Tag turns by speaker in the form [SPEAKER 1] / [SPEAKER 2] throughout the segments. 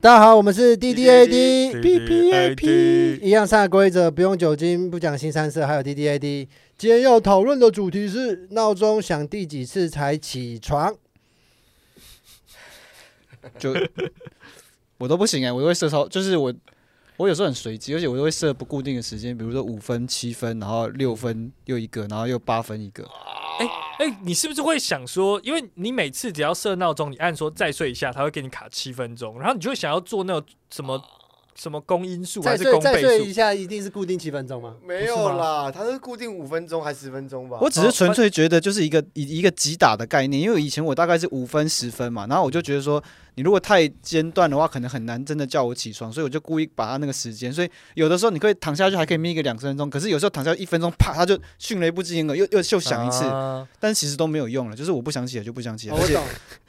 [SPEAKER 1] 大家好，我们是 D D A D
[SPEAKER 2] DDAD
[SPEAKER 1] B P A P，
[SPEAKER 2] DDAD
[SPEAKER 1] 一样三个规则，不用酒精，不讲新三色，还有 D D A D。今天要讨论的主题是闹钟响第几次才起床？
[SPEAKER 3] 就我都不行哎、我都会设超，就是我我有时候很随机，而且我都会设不固定的时间，比如说五分、七分，然后六分又一个，然后又八分一个。
[SPEAKER 2] 哎、你是不是会想说，因为你每次只要设闹钟，你按说再睡一下，它会给你卡七分钟，然后你就会想要做那种什么什么公因数
[SPEAKER 1] 再
[SPEAKER 2] 还是
[SPEAKER 1] 睡
[SPEAKER 2] 公
[SPEAKER 1] 再睡
[SPEAKER 2] 倍
[SPEAKER 1] 一
[SPEAKER 2] 数？
[SPEAKER 1] 下，一定是固定七分钟吗？
[SPEAKER 4] 没有啦，它是固定五分钟还十分钟吧？
[SPEAKER 3] 我
[SPEAKER 1] 哦
[SPEAKER 3] 只是纯粹觉得就是一个一一个击打的概念，因为以前我大概是五分、十分嘛，然后我就觉得说你如果太间断的话，可能很难真的叫我起床，所以我就故意把它那个时间，所以有的时候你可以躺下去还可以眯个两三分钟，可是有时候躺下去一分钟，啪，它就迅雷不及掩耳，又又又响一次，
[SPEAKER 2] 啊
[SPEAKER 3] 但其实都没有用了，就是我不想起来就不想起来，
[SPEAKER 1] 哦
[SPEAKER 3] 而
[SPEAKER 1] 我
[SPEAKER 3] 且
[SPEAKER 1] 懂。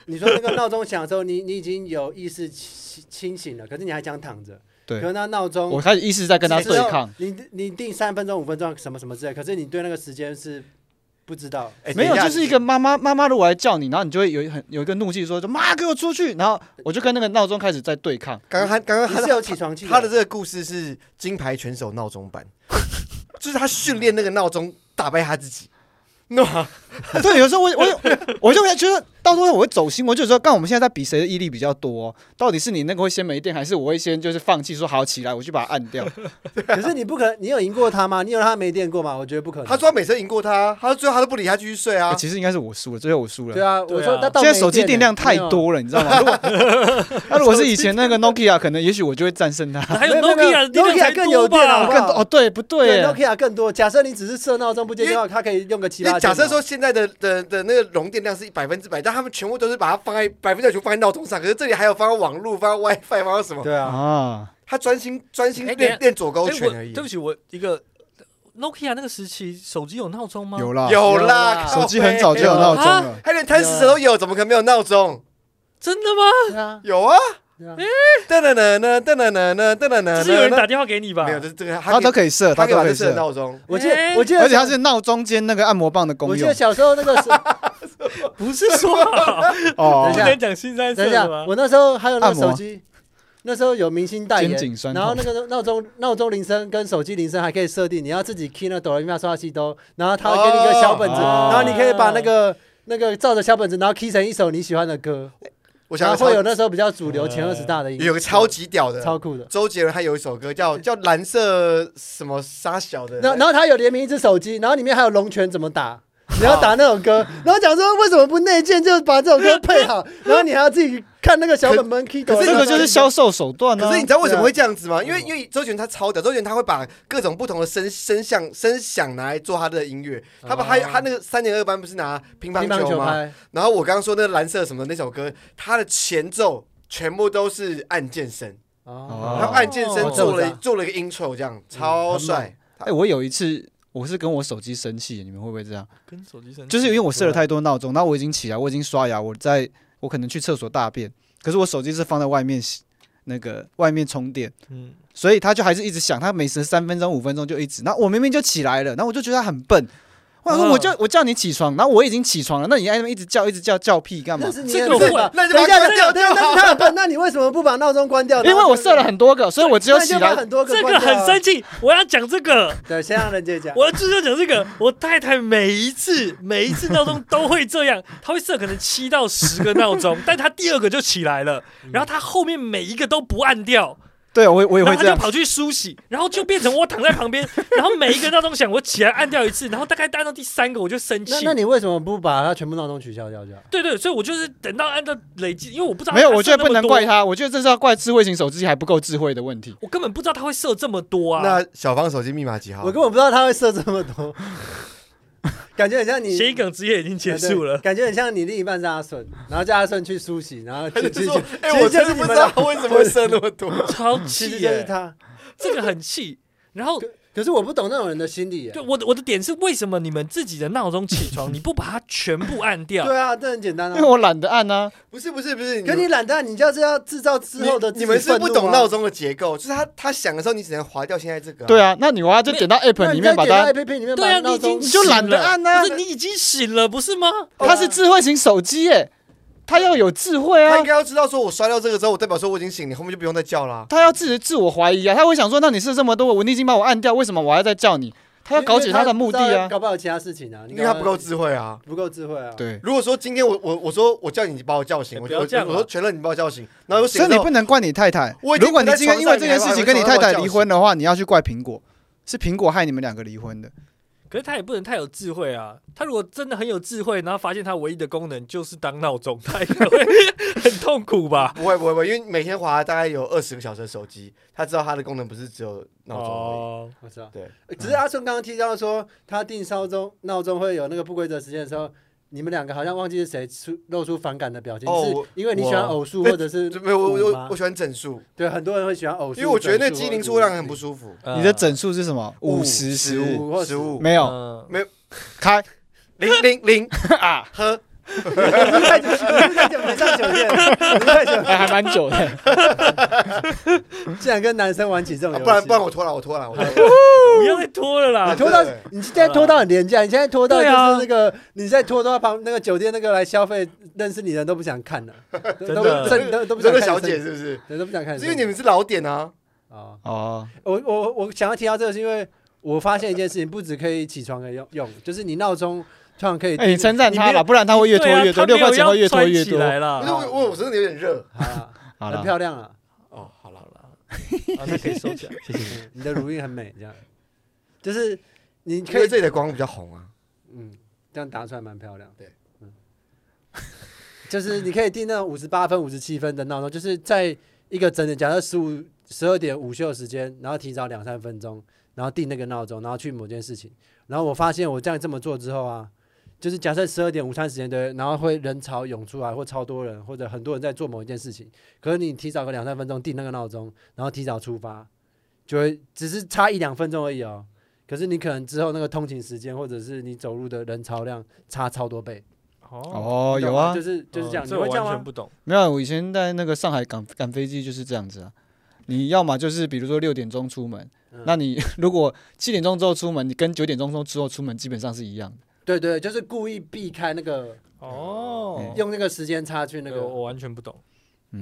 [SPEAKER 1] 你说那个闹钟响的时候，你你已经有意识清清醒了，可是你还想躺着。
[SPEAKER 3] 对
[SPEAKER 1] 可是那闹钟
[SPEAKER 3] 我开始意识在跟他对抗。。
[SPEAKER 1] 你你定三分钟、五分钟什么什么之类，可是你对那个时间是不知道。
[SPEAKER 4] 哎
[SPEAKER 3] 没有，
[SPEAKER 4] 等下
[SPEAKER 3] 就是一个妈妈妈妈如果来叫你，然后你就会有一很有一个怒气说，就妈给我出去，然后我就跟那个闹钟开始在对抗。
[SPEAKER 4] 刚刚他刚刚
[SPEAKER 1] 你
[SPEAKER 4] 他
[SPEAKER 1] 是有起床气
[SPEAKER 4] 他的这个故事是金牌拳手闹钟版， 就是他训练那个闹钟打败他自己。那
[SPEAKER 3] 对，有时候我我我就会觉得到时候我会走心，我就说，干我们现在在比谁的毅力比较多、到底是你那个会先没电，还是我会先就是放弃说好起来，我去把它按掉？
[SPEAKER 1] 可是你不可，你有赢过他吗？你有让他没电过吗？我觉得
[SPEAKER 2] 嗯
[SPEAKER 1] 不可能。
[SPEAKER 4] 他说他每次赢过他，他说最后他都不理他，继续睡啊
[SPEAKER 2] 哎
[SPEAKER 3] 欸。其实应该是我输了，最后我输了。
[SPEAKER 1] 对啊，
[SPEAKER 2] 对啊
[SPEAKER 1] 我说他到
[SPEAKER 3] 现在手机
[SPEAKER 1] 没
[SPEAKER 3] 电量太
[SPEAKER 1] 了。
[SPEAKER 3] 多了，你知道吗？如果那如果是以前那个 Nokia，可能也许我就会战胜它。
[SPEAKER 2] 还有
[SPEAKER 1] 没有没有
[SPEAKER 2] Nokia 的电量
[SPEAKER 1] Nokia
[SPEAKER 2] 才
[SPEAKER 1] 更有
[SPEAKER 2] 多
[SPEAKER 1] 电好
[SPEAKER 2] 吧
[SPEAKER 1] 不
[SPEAKER 3] 更
[SPEAKER 1] 好？
[SPEAKER 3] 哦，对不对
[SPEAKER 1] 对
[SPEAKER 2] 啊
[SPEAKER 3] 耶？
[SPEAKER 1] ，Nokia 更多。假设你只是设闹钟不接电话，他可以用个七
[SPEAKER 4] 因
[SPEAKER 1] 八。
[SPEAKER 4] 为
[SPEAKER 2] 啊
[SPEAKER 4] 假设说，现在的的的那个容电量是百分之百，但他们全部都是把它放在百分之百全部放在闹钟上，可是这里还有放在网络、放在 WiFi、放在什么？
[SPEAKER 1] 对啊，
[SPEAKER 3] 啊，
[SPEAKER 4] 他专心专心
[SPEAKER 2] 哎等一下
[SPEAKER 4] 练练左勾
[SPEAKER 2] 哎
[SPEAKER 4] 拳
[SPEAKER 2] 我
[SPEAKER 4] 而已
[SPEAKER 2] 对。不起，我一个 Nokia 那个时期手机有闹钟吗？
[SPEAKER 3] 有啦，
[SPEAKER 4] 有
[SPEAKER 1] 有啦
[SPEAKER 4] 啦，哎
[SPEAKER 3] 手机很早就有闹钟
[SPEAKER 2] 啊
[SPEAKER 3] 了。
[SPEAKER 4] 他连贪食蛇都有，怎么可能没有闹钟？
[SPEAKER 2] 真的吗？
[SPEAKER 1] 对啊，
[SPEAKER 4] 有啊，
[SPEAKER 1] 对啊。
[SPEAKER 4] 噔噔噔噔噔噔噔噔噔噔
[SPEAKER 2] 这
[SPEAKER 4] 噔，
[SPEAKER 2] 是有人打电话给你吧？
[SPEAKER 4] 呃没有，这是这个
[SPEAKER 3] 他
[SPEAKER 4] 他
[SPEAKER 3] 都
[SPEAKER 4] 可
[SPEAKER 3] 可以设，
[SPEAKER 4] 以他
[SPEAKER 3] 他
[SPEAKER 4] 可以
[SPEAKER 3] 都
[SPEAKER 4] 把
[SPEAKER 3] 可
[SPEAKER 4] 这
[SPEAKER 3] 以
[SPEAKER 4] 设
[SPEAKER 3] 设，
[SPEAKER 4] 闹钟，
[SPEAKER 1] 我记得
[SPEAKER 2] 哎
[SPEAKER 1] 我记得，
[SPEAKER 3] 而且他是闹钟间那个按摩棒的
[SPEAKER 1] 啊
[SPEAKER 3] 功
[SPEAKER 1] 我记
[SPEAKER 3] 用
[SPEAKER 1] 得。小时候那 个是，
[SPEAKER 2] 不是说好
[SPEAKER 3] 哦
[SPEAKER 1] 等一
[SPEAKER 2] 不
[SPEAKER 1] 下
[SPEAKER 2] 能讲新三
[SPEAKER 1] 等
[SPEAKER 2] 色
[SPEAKER 1] 一下
[SPEAKER 2] 的，吗？
[SPEAKER 1] 我那时候还有那个
[SPEAKER 3] 按摩
[SPEAKER 1] 手机，那时候有明星代言
[SPEAKER 3] 肩，颈酸
[SPEAKER 1] 然后
[SPEAKER 3] 痛
[SPEAKER 1] 那。个闹钟闹钟铃声跟手机铃声还可以设定，你要自己 key 那哆来咪发嗦拉西哆，然后他会给你一个小本子，
[SPEAKER 3] 哦
[SPEAKER 1] 然后你可以把那个那个照着小本子，然后 key 成一首你喜欢的歌，
[SPEAKER 4] 我
[SPEAKER 1] 然
[SPEAKER 4] 想
[SPEAKER 1] 后
[SPEAKER 4] 到
[SPEAKER 1] 会有
[SPEAKER 4] 有
[SPEAKER 1] 那时候比较主
[SPEAKER 2] 嗯
[SPEAKER 1] 流前二十大的音乐，
[SPEAKER 4] 有个超级屌的，
[SPEAKER 1] 超酷的。
[SPEAKER 4] 周杰伦他有一首歌叫叫蓝色什么沙小的，
[SPEAKER 1] 然后然后他有联名一只手机，然后里面还有龙拳怎么打。你要打那首歌，然后讲说为什么不内建，就把这首歌配好，然后你还要自己看那个小本本 key 哆来
[SPEAKER 3] 这
[SPEAKER 1] 咪发嗦拉
[SPEAKER 3] 个
[SPEAKER 1] 西哆。
[SPEAKER 3] 就是销售手段啊呢、
[SPEAKER 4] 可是你知道为什么会这样子吗？因为因为周杰伦他超屌，周杰伦他会把各种不同的声声响声响拿来做他的音乐。他把他
[SPEAKER 1] 哦
[SPEAKER 4] 他那个三年二班不是拿乒
[SPEAKER 1] 乒
[SPEAKER 4] 乓
[SPEAKER 1] 乓
[SPEAKER 4] 球
[SPEAKER 1] 球
[SPEAKER 4] 吗？
[SPEAKER 1] 拍，
[SPEAKER 4] 然后我刚刚说那蓝色什么那首歌，它的前奏全部都是按键声，
[SPEAKER 1] 哦
[SPEAKER 4] 他按键声
[SPEAKER 1] 哦
[SPEAKER 4] 做
[SPEAKER 1] 我知
[SPEAKER 4] 了
[SPEAKER 1] 道嗯
[SPEAKER 4] 做了一个 intro，这样超帅。
[SPEAKER 3] 哎、我有一次我是跟我手机生气，你们会不会这样？
[SPEAKER 2] 跟手
[SPEAKER 1] 嗯
[SPEAKER 2] 机声
[SPEAKER 3] 就是因为我设了太多闹钟，然后我已经起来，我已经刷牙，我在我可能去厕所大便，可是我手机是放在外面洗那个外面充电，
[SPEAKER 2] 嗯，
[SPEAKER 3] 所以它就还是一直响，它每时三分钟五分钟就一直。那我明明就起来了，然后我就觉得它很笨。我想说
[SPEAKER 2] 嗯
[SPEAKER 3] 我叫我叫你起床，然后我已经起床了，那你还在那边一直叫一直叫叫屁干嘛
[SPEAKER 1] 那？是你
[SPEAKER 2] 这
[SPEAKER 1] 的
[SPEAKER 2] 个
[SPEAKER 1] 笨
[SPEAKER 2] 会
[SPEAKER 1] 吧
[SPEAKER 4] 那就
[SPEAKER 1] 等
[SPEAKER 4] 把
[SPEAKER 1] 一
[SPEAKER 4] 它
[SPEAKER 1] 下，
[SPEAKER 4] 关掉
[SPEAKER 1] 等一下
[SPEAKER 4] 就
[SPEAKER 1] 那。
[SPEAKER 4] 好
[SPEAKER 1] 他很笨，那你为什么不把闹钟关掉？
[SPEAKER 3] 因为我设了很多个，所以我只
[SPEAKER 1] 只有
[SPEAKER 3] 有起来
[SPEAKER 1] 很多个
[SPEAKER 2] 这
[SPEAKER 1] 关
[SPEAKER 2] 个
[SPEAKER 1] 掉啊
[SPEAKER 2] 很生气，我要讲这个。
[SPEAKER 1] 对，先让人家讲。
[SPEAKER 2] 我就是要讲这个，我太太每一次每一次闹钟都会这样，她会设可能七到十个闹钟，但她第二个就起来了，然后她后面每一个都不按掉，
[SPEAKER 3] 嗯对我我也
[SPEAKER 2] 然
[SPEAKER 3] 会
[SPEAKER 2] 后她
[SPEAKER 3] 这
[SPEAKER 2] 就
[SPEAKER 3] 样。
[SPEAKER 2] 跑去梳洗，然后就变成我躺在 旁边，然后每一个闹钟响，我起来按掉一次，然后大概按到第三个我就生
[SPEAKER 1] 那
[SPEAKER 2] 气
[SPEAKER 1] 那。你为什么不把它全部闹钟取消掉就好？
[SPEAKER 2] 对对，所以我就是等到按照累积，因为我不知道
[SPEAKER 3] 没有，
[SPEAKER 2] 她
[SPEAKER 3] 我觉得
[SPEAKER 2] 设那
[SPEAKER 3] 不
[SPEAKER 2] 么
[SPEAKER 3] 能
[SPEAKER 2] 多
[SPEAKER 3] 怪，他，我觉得这是要怪智慧型手机还不够智慧的问题。
[SPEAKER 2] 我根本不知道她会设这么多啊。
[SPEAKER 4] 那小芳手机密码几号？
[SPEAKER 1] 我根本不知道他会设这么多，感觉很像你
[SPEAKER 2] 谐音梗职业已经结束
[SPEAKER 1] 对
[SPEAKER 2] 了，
[SPEAKER 1] 感觉很像你另一半是阿顺，然后叫阿顺去梳洗，然后
[SPEAKER 4] 他
[SPEAKER 1] 去
[SPEAKER 4] 就
[SPEAKER 1] 去
[SPEAKER 4] 说
[SPEAKER 1] 去，：“
[SPEAKER 4] 哎，
[SPEAKER 1] 其实就
[SPEAKER 4] 我真
[SPEAKER 1] 是
[SPEAKER 4] 的
[SPEAKER 1] 你们
[SPEAKER 4] 不知
[SPEAKER 1] 俩
[SPEAKER 4] 道，为什么会剩那么多。
[SPEAKER 2] 超
[SPEAKER 1] 其实
[SPEAKER 2] 气
[SPEAKER 1] 就是
[SPEAKER 2] 耶，
[SPEAKER 1] 他。
[SPEAKER 2] 这个很气。然后
[SPEAKER 1] 可是我不懂那种人的心理耶。
[SPEAKER 2] 对，我的我的点是，为什么你们自己的闹钟 起床，你不把它全部按掉？
[SPEAKER 1] 对啊，这很简单
[SPEAKER 3] 因为
[SPEAKER 1] 啊。
[SPEAKER 3] 我懒得按啊，”
[SPEAKER 4] 不是不是不是，
[SPEAKER 1] 可你懒得，你就是要制造之后的
[SPEAKER 4] 你你们是不懂
[SPEAKER 1] 闹
[SPEAKER 4] 闹
[SPEAKER 1] 钟。
[SPEAKER 4] 钟的结构，就是他他响的时候，你只能划掉现在这个、
[SPEAKER 3] 对
[SPEAKER 4] 啊，
[SPEAKER 3] 啊，那你娃就点到 app
[SPEAKER 1] 那
[SPEAKER 3] 里
[SPEAKER 1] 你在
[SPEAKER 3] 面把
[SPEAKER 1] 点到
[SPEAKER 3] 它，
[SPEAKER 1] APP 里面
[SPEAKER 2] 对
[SPEAKER 1] 把
[SPEAKER 2] 啊，你
[SPEAKER 1] 闹
[SPEAKER 2] 已经
[SPEAKER 1] 钟
[SPEAKER 3] 你就懒得按啊
[SPEAKER 2] 不是你已经醒了，不是吗？
[SPEAKER 1] 哦
[SPEAKER 3] 它是智慧型手机耶，他要有智慧
[SPEAKER 4] 他
[SPEAKER 3] 啊
[SPEAKER 4] 应，该要知道，说我摔掉这个之后，我代表说我已经醒，你后面就不用再叫啊啦。
[SPEAKER 3] 他要自自我怀疑啊，他会想说，那你是这么多，我你已经把我按掉，为什么我还在叫你？他要搞
[SPEAKER 1] 因
[SPEAKER 3] 起
[SPEAKER 1] 为
[SPEAKER 3] 他的目的
[SPEAKER 1] 不知道
[SPEAKER 3] 啊，
[SPEAKER 1] 搞不好有其他事情啊，
[SPEAKER 4] 因为他不够
[SPEAKER 1] 智
[SPEAKER 4] 智慧啊。
[SPEAKER 1] 不够智慧啊。，
[SPEAKER 3] 对，
[SPEAKER 4] 如果说今天我我我说我叫你，你把我叫醒，
[SPEAKER 2] 哎
[SPEAKER 4] 我
[SPEAKER 2] 不
[SPEAKER 4] 就
[SPEAKER 2] 要
[SPEAKER 4] 我
[SPEAKER 2] 这样啊
[SPEAKER 4] 我说全乐你把我叫醒，然后我醒
[SPEAKER 3] 所以
[SPEAKER 4] 了
[SPEAKER 3] 你
[SPEAKER 4] 之后
[SPEAKER 3] 不能怪你太太
[SPEAKER 4] 我。已经
[SPEAKER 3] 如果
[SPEAKER 4] 不
[SPEAKER 3] 你
[SPEAKER 4] 在
[SPEAKER 3] 今天
[SPEAKER 4] 床
[SPEAKER 3] 因为
[SPEAKER 4] 上
[SPEAKER 3] 这
[SPEAKER 4] 你还
[SPEAKER 3] 件事情跟你
[SPEAKER 4] 把我
[SPEAKER 3] 太太
[SPEAKER 4] 叫
[SPEAKER 3] 离
[SPEAKER 4] 醒
[SPEAKER 3] 婚的话，你要去怪苹果，是苹果害你们两个离婚的。
[SPEAKER 2] 可是他也不能太有智慧啊！他如果真的很有智慧，然后发现他唯一的功能就是当闹钟，他应该会 很痛苦吧？
[SPEAKER 4] 不会不会不会，因为每天滑大概有二十个小时的手机，他知道它的功能不是只有闹钟而已。
[SPEAKER 2] 哦，
[SPEAKER 1] 我知道。
[SPEAKER 4] 对，
[SPEAKER 1] 只是阿顺刚刚提到说，他定闹钟闹钟会有那个不规则时间的时候，你们两个好像忘记是谁出露出反感的表情，
[SPEAKER 4] 哦
[SPEAKER 1] 是
[SPEAKER 4] 我
[SPEAKER 1] 因为你喜欢
[SPEAKER 4] 我
[SPEAKER 1] 偶数
[SPEAKER 4] 对
[SPEAKER 1] 或者是
[SPEAKER 4] 就没有我
[SPEAKER 1] 舞
[SPEAKER 4] 我
[SPEAKER 1] 吗
[SPEAKER 4] 我喜欢整数，
[SPEAKER 1] 对很多人会喜欢偶数，
[SPEAKER 4] 因为我觉得那
[SPEAKER 1] 整
[SPEAKER 4] 机
[SPEAKER 1] 数
[SPEAKER 4] 灵数会让人很不舒服。
[SPEAKER 2] 呃
[SPEAKER 3] 你的整数是什么？五十十五
[SPEAKER 1] 五或
[SPEAKER 4] 十五
[SPEAKER 3] 没有
[SPEAKER 2] 嗯
[SPEAKER 3] 开
[SPEAKER 4] 零零 零
[SPEAKER 3] 啊，
[SPEAKER 4] 喝，
[SPEAKER 1] 你们太久，你们太久没上酒店了，你们太久
[SPEAKER 3] 哎还蛮久的。
[SPEAKER 1] 竟然跟男生玩起这种
[SPEAKER 4] 啊
[SPEAKER 1] 游戏，
[SPEAKER 4] 不然不然我拖了我拖了我 拖了。
[SPEAKER 2] 不要再拖了
[SPEAKER 1] 你
[SPEAKER 2] 啦！
[SPEAKER 1] 拖到
[SPEAKER 4] 对
[SPEAKER 1] 你现在拖到很廉价，你现在拖到就
[SPEAKER 2] 对啊
[SPEAKER 1] 是那个，你现在拖到旁那个酒店那个来消费认识你的人都不想看了，都
[SPEAKER 2] 真的
[SPEAKER 1] 都真都都不
[SPEAKER 4] 这
[SPEAKER 1] 想
[SPEAKER 4] 个
[SPEAKER 1] 看
[SPEAKER 4] 小姐
[SPEAKER 1] 你
[SPEAKER 4] 是不是？
[SPEAKER 1] 对，都不想看。
[SPEAKER 4] 是因为你们是老点啊，
[SPEAKER 1] 哦，
[SPEAKER 3] 哦，
[SPEAKER 1] 我我我想要提到这个，是因为我发现一件事情，不止可以起床可以用用，就是你闹钟通常可以
[SPEAKER 3] 哎，你称赞他
[SPEAKER 1] 你没
[SPEAKER 3] 吧，
[SPEAKER 1] 有
[SPEAKER 3] 不然他会越拖
[SPEAKER 2] 对啊
[SPEAKER 3] 越多，
[SPEAKER 2] 他
[SPEAKER 3] 六
[SPEAKER 2] 没有
[SPEAKER 3] 块钱会
[SPEAKER 2] 要
[SPEAKER 3] 越拖
[SPEAKER 2] 穿
[SPEAKER 3] 越
[SPEAKER 2] 起
[SPEAKER 3] 多。
[SPEAKER 2] 来
[SPEAKER 4] 不
[SPEAKER 1] 啊
[SPEAKER 2] 啦。
[SPEAKER 4] 是我我我真的有点热。
[SPEAKER 1] 好啦
[SPEAKER 3] 好
[SPEAKER 1] 很
[SPEAKER 3] 了，
[SPEAKER 1] 漂亮啊，
[SPEAKER 4] 哦，好了好了，
[SPEAKER 2] 啊，那可以收起来。
[SPEAKER 1] 谢谢 你的如意很美，这样就是你
[SPEAKER 4] 因
[SPEAKER 1] 可
[SPEAKER 4] 为
[SPEAKER 1] 以
[SPEAKER 4] 这里的光比较红啊。
[SPEAKER 1] 嗯，这样打出来蛮漂亮。
[SPEAKER 4] 对，
[SPEAKER 1] 嗯， 就是你可以定那种五十八分、五十七分的闹钟，就是在一个整点，假设十五十二点午休时间，然后提早两三分钟，然后定那个闹钟，然后去某件事情。然后我发现我这样这么做之后啊，就是假设十二点午餐时间对，然后会人潮涌出来，或超多人，或者很多人在做某一件事情。可是你提早个两三分钟定那个闹钟，然后提早出发，就会只是差一两分钟而已哦。可是你可能之后那个通勤时间，或者是你走路的人潮量差超多倍。
[SPEAKER 2] 哦，
[SPEAKER 3] 哦，
[SPEAKER 1] 你懂
[SPEAKER 3] 有
[SPEAKER 1] 吗
[SPEAKER 3] 啊
[SPEAKER 1] 就，是 就是这样，
[SPEAKER 2] 嗯
[SPEAKER 1] 你
[SPEAKER 2] 这我
[SPEAKER 1] 会这样
[SPEAKER 2] 完全
[SPEAKER 1] 吗？
[SPEAKER 2] 不懂。
[SPEAKER 3] 没有，我以前在那个上海赶赶飞机就是这样子啊。你要么就是比如说六点钟出门，
[SPEAKER 1] 嗯
[SPEAKER 3] 那你 如果七点钟之后出门，你跟九点钟之后出门基本上是一样的。
[SPEAKER 1] 对对，就是故意避开那个，
[SPEAKER 2] 哦，
[SPEAKER 1] 用那个时间差去那
[SPEAKER 2] 那个
[SPEAKER 1] 个，
[SPEAKER 2] 我完全不懂，